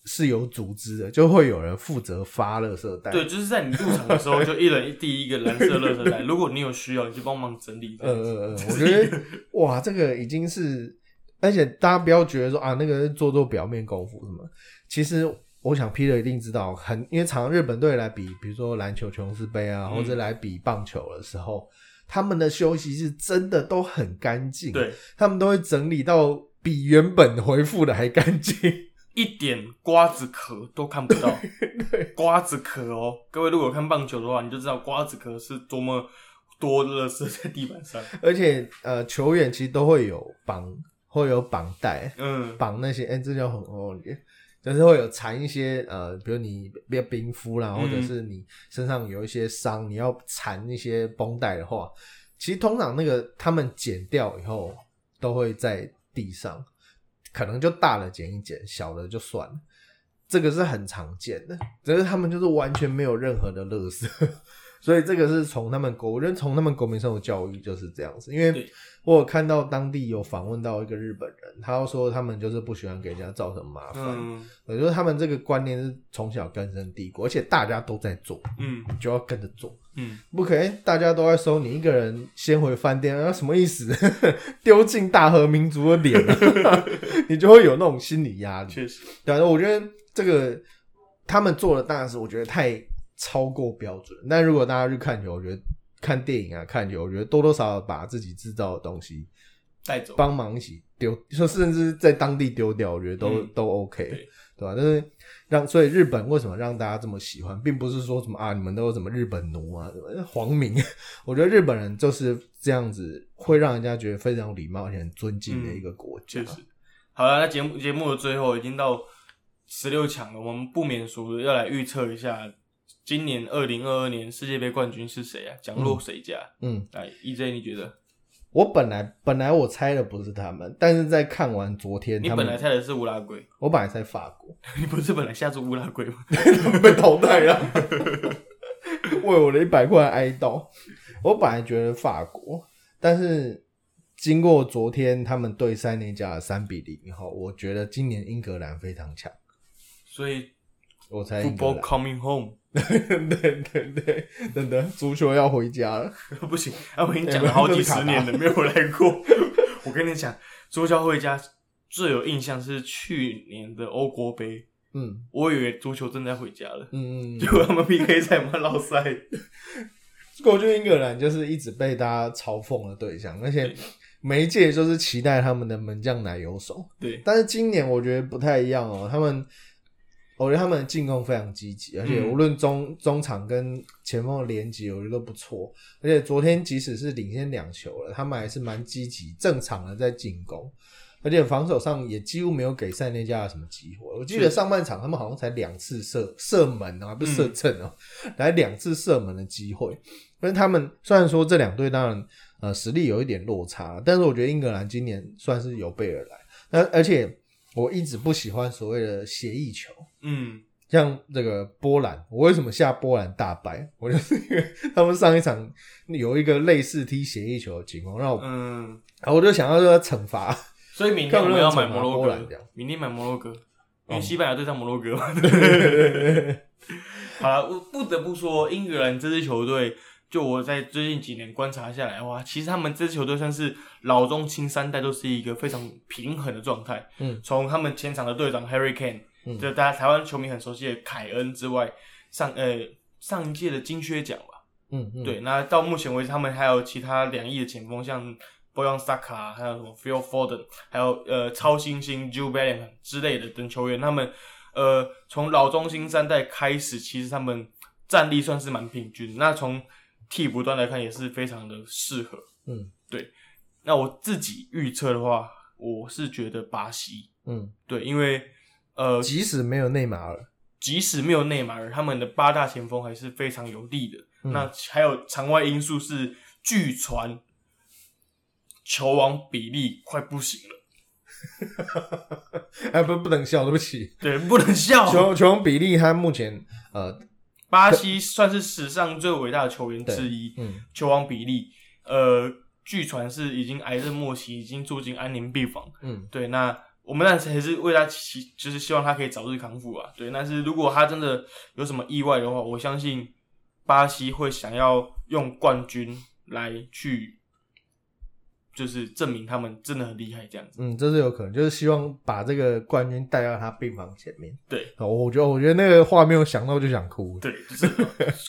S2: 是有组织的，就会有人负责发垃圾袋。
S1: 对，就是在你入场的时候，就一人一第一个蓝色垃圾袋，如果你有需要，你就帮忙整理这
S2: 呃
S1: 样
S2: 呃
S1: 子。
S2: 呃，我觉 得哇，这个已经是，而且大家不要觉得说啊，那个是做做表面功夫什么，其实。我想 Peter 一定知道，很因为常常日本队来比，比如说篮球琼斯杯啊，
S1: 嗯
S2: 或者来比棒球的时候，他们的休息是真的都很干净，，
S1: 对，
S2: 他们都会整理到比原本回复的还干净。
S1: 一点瓜子壳都看不到，瓜子壳哦，各位如果有看棒球的话，你就知道瓜子壳是多么多垃圾在地板上。
S2: 而且呃，球员其实都会有绑，会有绑带，
S1: 嗯，
S2: 绑那些，哎、这叫很哦，就是会有缠一些呃，比如你别冰敷啦，
S1: 嗯
S2: 或者是你身上有一些伤，你要缠一些绷带的话，其实通常那个他们剪掉以后都会在地上，可能就大的剪一剪，小的就算了。这个是很常见的，只是他们就是完全没有任何的乐色，所以这个是从他们国，我觉得从他们国民生活教育就是这样子。因为
S1: 对
S2: 我有看到当地有访问到一个日本人，他说他们就是不喜欢给人家造成麻烦，
S1: 嗯
S2: 我觉得他们这个观念是从小根深蒂固，而且大家都在做，
S1: 嗯
S2: 你就要跟着做，
S1: 嗯，
S2: 不可以、哎大家都在收，你一个人先回饭店，啊，什么意思？ 丢进大和民族的脸，啊 你就会有那种心理压力。
S1: 确实，
S2: 对啊，我觉得这个他们做的大事，我觉得太超过标准。但如果大家去看球，我觉得看电影啊、看球，我觉得多多少少把自己制造的东西
S1: 带走。
S2: 帮忙一起丢，说甚至在当地丢掉，我觉得都、
S1: 嗯
S2: 都 OK，
S1: 对
S2: 对吧、但是让所以日本为什么让大家这么喜欢，并不是说什么啊你们都有什么日本奴啊什么皇民， 我觉得日本人就是这样子，会让人家觉得非常有礼貌而且很尊敬的一个国家。
S1: 嗯确实。 好了，那节目节目的最后已经到十六强了，我们不免俗地要来预测一下今年二零二二年世界杯冠军是谁啊？奖落谁家？
S2: 嗯，
S1: 来，EJ 哎，E 你觉得？
S2: 我本来本来我猜的不是他们，但是在看完昨天
S1: 你
S2: 他
S1: 本
S2: 们，
S1: 来猜的是乌拉圭，
S2: 我本来猜法国
S1: 你不是本来下注乌拉圭吗？
S2: 被淘汰了， 为我的一百块哀悼。我本来觉得法国，但是经过昨天他们对塞内加尔三比零以后，我觉得今年英格兰非常强，
S1: 所以
S2: 我猜英格
S1: football
S2: 兰。
S1: coming home
S2: 对对对，等等，足球要回家了。
S1: 不行，啊，我已经讲了好几十年了，没有来过。 我跟你讲，足球会家最有印象是去年的欧国杯，
S2: 嗯
S1: 我以为足球正在回家了，
S2: 嗯嗯
S1: 结，果他们 PK 赛嘛，老赛。
S2: 过去英格兰就是一直被大家嘲讽的对象，而且每一届就是期待他们的门将奶油手。
S1: 对，
S2: 但是今年我觉得不太一样哦，他们我觉得他们的进攻非常积极，而且
S1: 嗯
S2: 无论中、中场跟前锋的连接，我觉得都不错。而且昨天即使是领先两球了，他们还是蛮积极、正常的在进攻，而且防守上也几乎没有给塞内加尔什么机会。我记得
S1: 是
S2: 上半场他们好像才两次射射门啊，不
S1: 嗯
S2: 是射正哦、来两次射门的机会。但是他们虽然说这两队当然呃实力有一点落差，但是我觉得英格兰今年算是有备而来。那而且我一直不喜欢所谓的协议球。
S1: 嗯，
S2: 像这个波兰，我为什么下波兰大败？我就是因为他们上一场有一个类似踢协议球的情况，让我、
S1: 嗯，
S2: 啊我就想要说惩罚。
S1: 所以明天我们要买
S2: 干嘛
S1: 摩
S2: 要
S1: 洛
S2: 波兰这
S1: 哥
S2: 样，
S1: 明天买摩洛哥，因
S2: 哦
S1: 为西班牙对上摩洛哥 嘛。好了，我不得不说，英格兰这支球队，就我在最近几年观察下来的话，其实他们这支球队算是老中青三代都是一个非常平衡的状态。
S2: 嗯
S1: 从他们前场的队长 Harry Kane，、
S2: 嗯
S1: 就大家台湾球迷很熟悉的凯恩之外，上呃上一届的金靴奖吧。
S2: 嗯，嗯，
S1: 对，那到目前为止，他们还有其他两翼的前锋，像 Boyan Saka，还有什么 Phil Foden，还有呃超新星 j u b e l i n g 之类的等球员，他们呃从老中青三代开始，其实他们战力算是蛮平均。那从替补端来看，也是非常的适合。
S2: 嗯，
S1: 对。那我自己预测的话，我是觉得巴西
S2: 嗯，
S1: 对，因为呃
S2: 即使没有内马尔，
S1: 即使没有内马尔，他们的八大前锋还是非常有力的。
S2: 嗯
S1: 那还有场外因素是，据传球王比利快不行了，
S2: 哎，不，不能笑，对不起。
S1: 对，不能笑。
S2: 球球比利他目前呃，
S1: 巴西算是史上最伟大的球员之一，
S2: 嗯
S1: 球王比利，呃，据传是已经癌症末期，已经住进安宁病房。
S2: 嗯
S1: 对，那我们那还是为他祈，就是希望他可以早日康复啊。对，但是如果他真的有什么意外的话，我相信巴西会想要用冠军来去，就是证明他们真的很厉害这样子。
S2: 嗯，这是有可能，就是希望把这个冠军带到他病房前面。
S1: 对
S2: 哦，我觉得我觉得那个画面我想到就想哭。
S1: 对，就是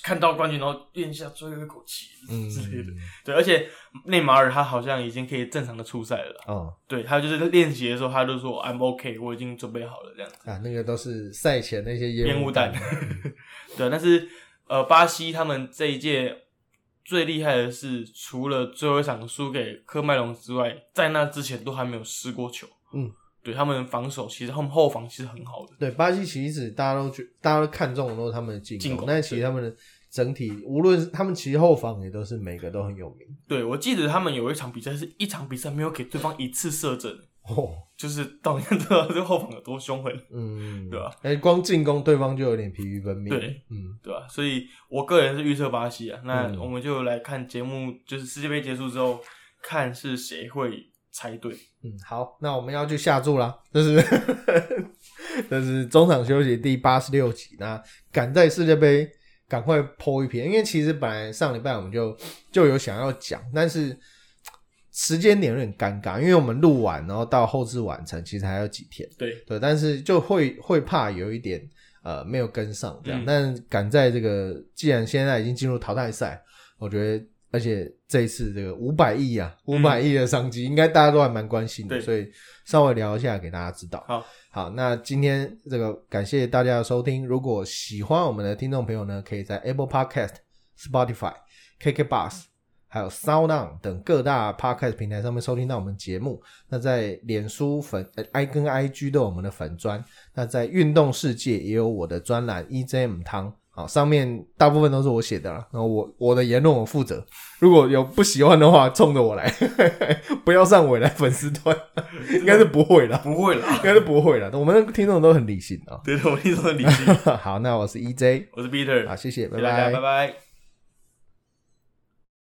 S1: 看到冠军，然后咽下最后一口气
S2: 嗯，
S1: 之类的。对，而且内马尔他好像已经可以正常的出赛了啦。
S2: 哦
S1: 对他就是练习的时候，他就说 I'm OK，我已经准备好了这样子。
S2: 啊，那个都是赛前那些
S1: 烟
S2: 烟
S1: 雾
S2: 雾
S1: 弹
S2: 弹。。
S1: 对，但是呃，巴西他们这一届最厉害的是，除了最后一场输给科麦隆之外，在那之前都还没有失过球。
S2: 嗯，
S1: 对他们防守其实他们后防其实很好的。
S2: 对，巴西其实大家都觉，大家都看中的都是他们的进
S1: 进攻
S2: 但其实他们的整体，无论是他们其实后防也都是每个都很有名。
S1: 对我记得他们有一场比赛是一场比赛没有给对方一次射正，
S2: 哦，
S1: 就是当然知 道这后防有多凶狠，
S2: 嗯，
S1: 对啊
S2: 哎、光进攻对方就有点疲于奔命。
S1: 对，
S2: 嗯
S1: 对吧、啊所以我个人是预测巴西啊。那
S2: 嗯
S1: 我们就来看节目，就是世界杯结束之后，看是谁会猜对。
S2: 嗯，好，那我们要去下注啦，这是 这是中场休息第八十六集，那赶在世界杯赶快剖一篇，因为其实本来上礼拜我们就就有想要讲，但是时间点有点尴尬，因为我们录完然后到后置完成，其实还有几天。
S1: 对，
S2: 对，但是就会会怕有一点呃没有跟上这样，
S1: 嗯
S2: 但赶在这个既然现在已经进入淘汰赛，我觉得而且这一次这个五百亿啊五百亿的商机，应该大家都还蛮关心的，
S1: 嗯对
S2: 所以稍微聊一下给大家知道。
S1: 好，
S2: 好，那今天这个感谢大家的收听，如果喜欢我们的听众朋友呢，可以在 Apple Podcast、Spotify、KKBox。还有 Sound On 等各大 Podcast 平台上面收听到我们节目，那在脸书粉、呃、I 跟 IG 都有我们的粉砖，那在运动世界也有我的专栏 EJM 汤，好，上面大部分都是我写的啦。然后我我的言论我负责，如果有不喜欢的话，冲着我来， 不要上我来粉丝团， 应该是不会啦，
S1: 不会啦
S2: 应。该是不会啦。我们的听众都很理性啊、
S1: 对的，我一直都很理性。
S2: 好，那我是 EJ，
S1: 我是 Peter，
S2: 好，谢谢，
S1: 谢谢大家，拜拜。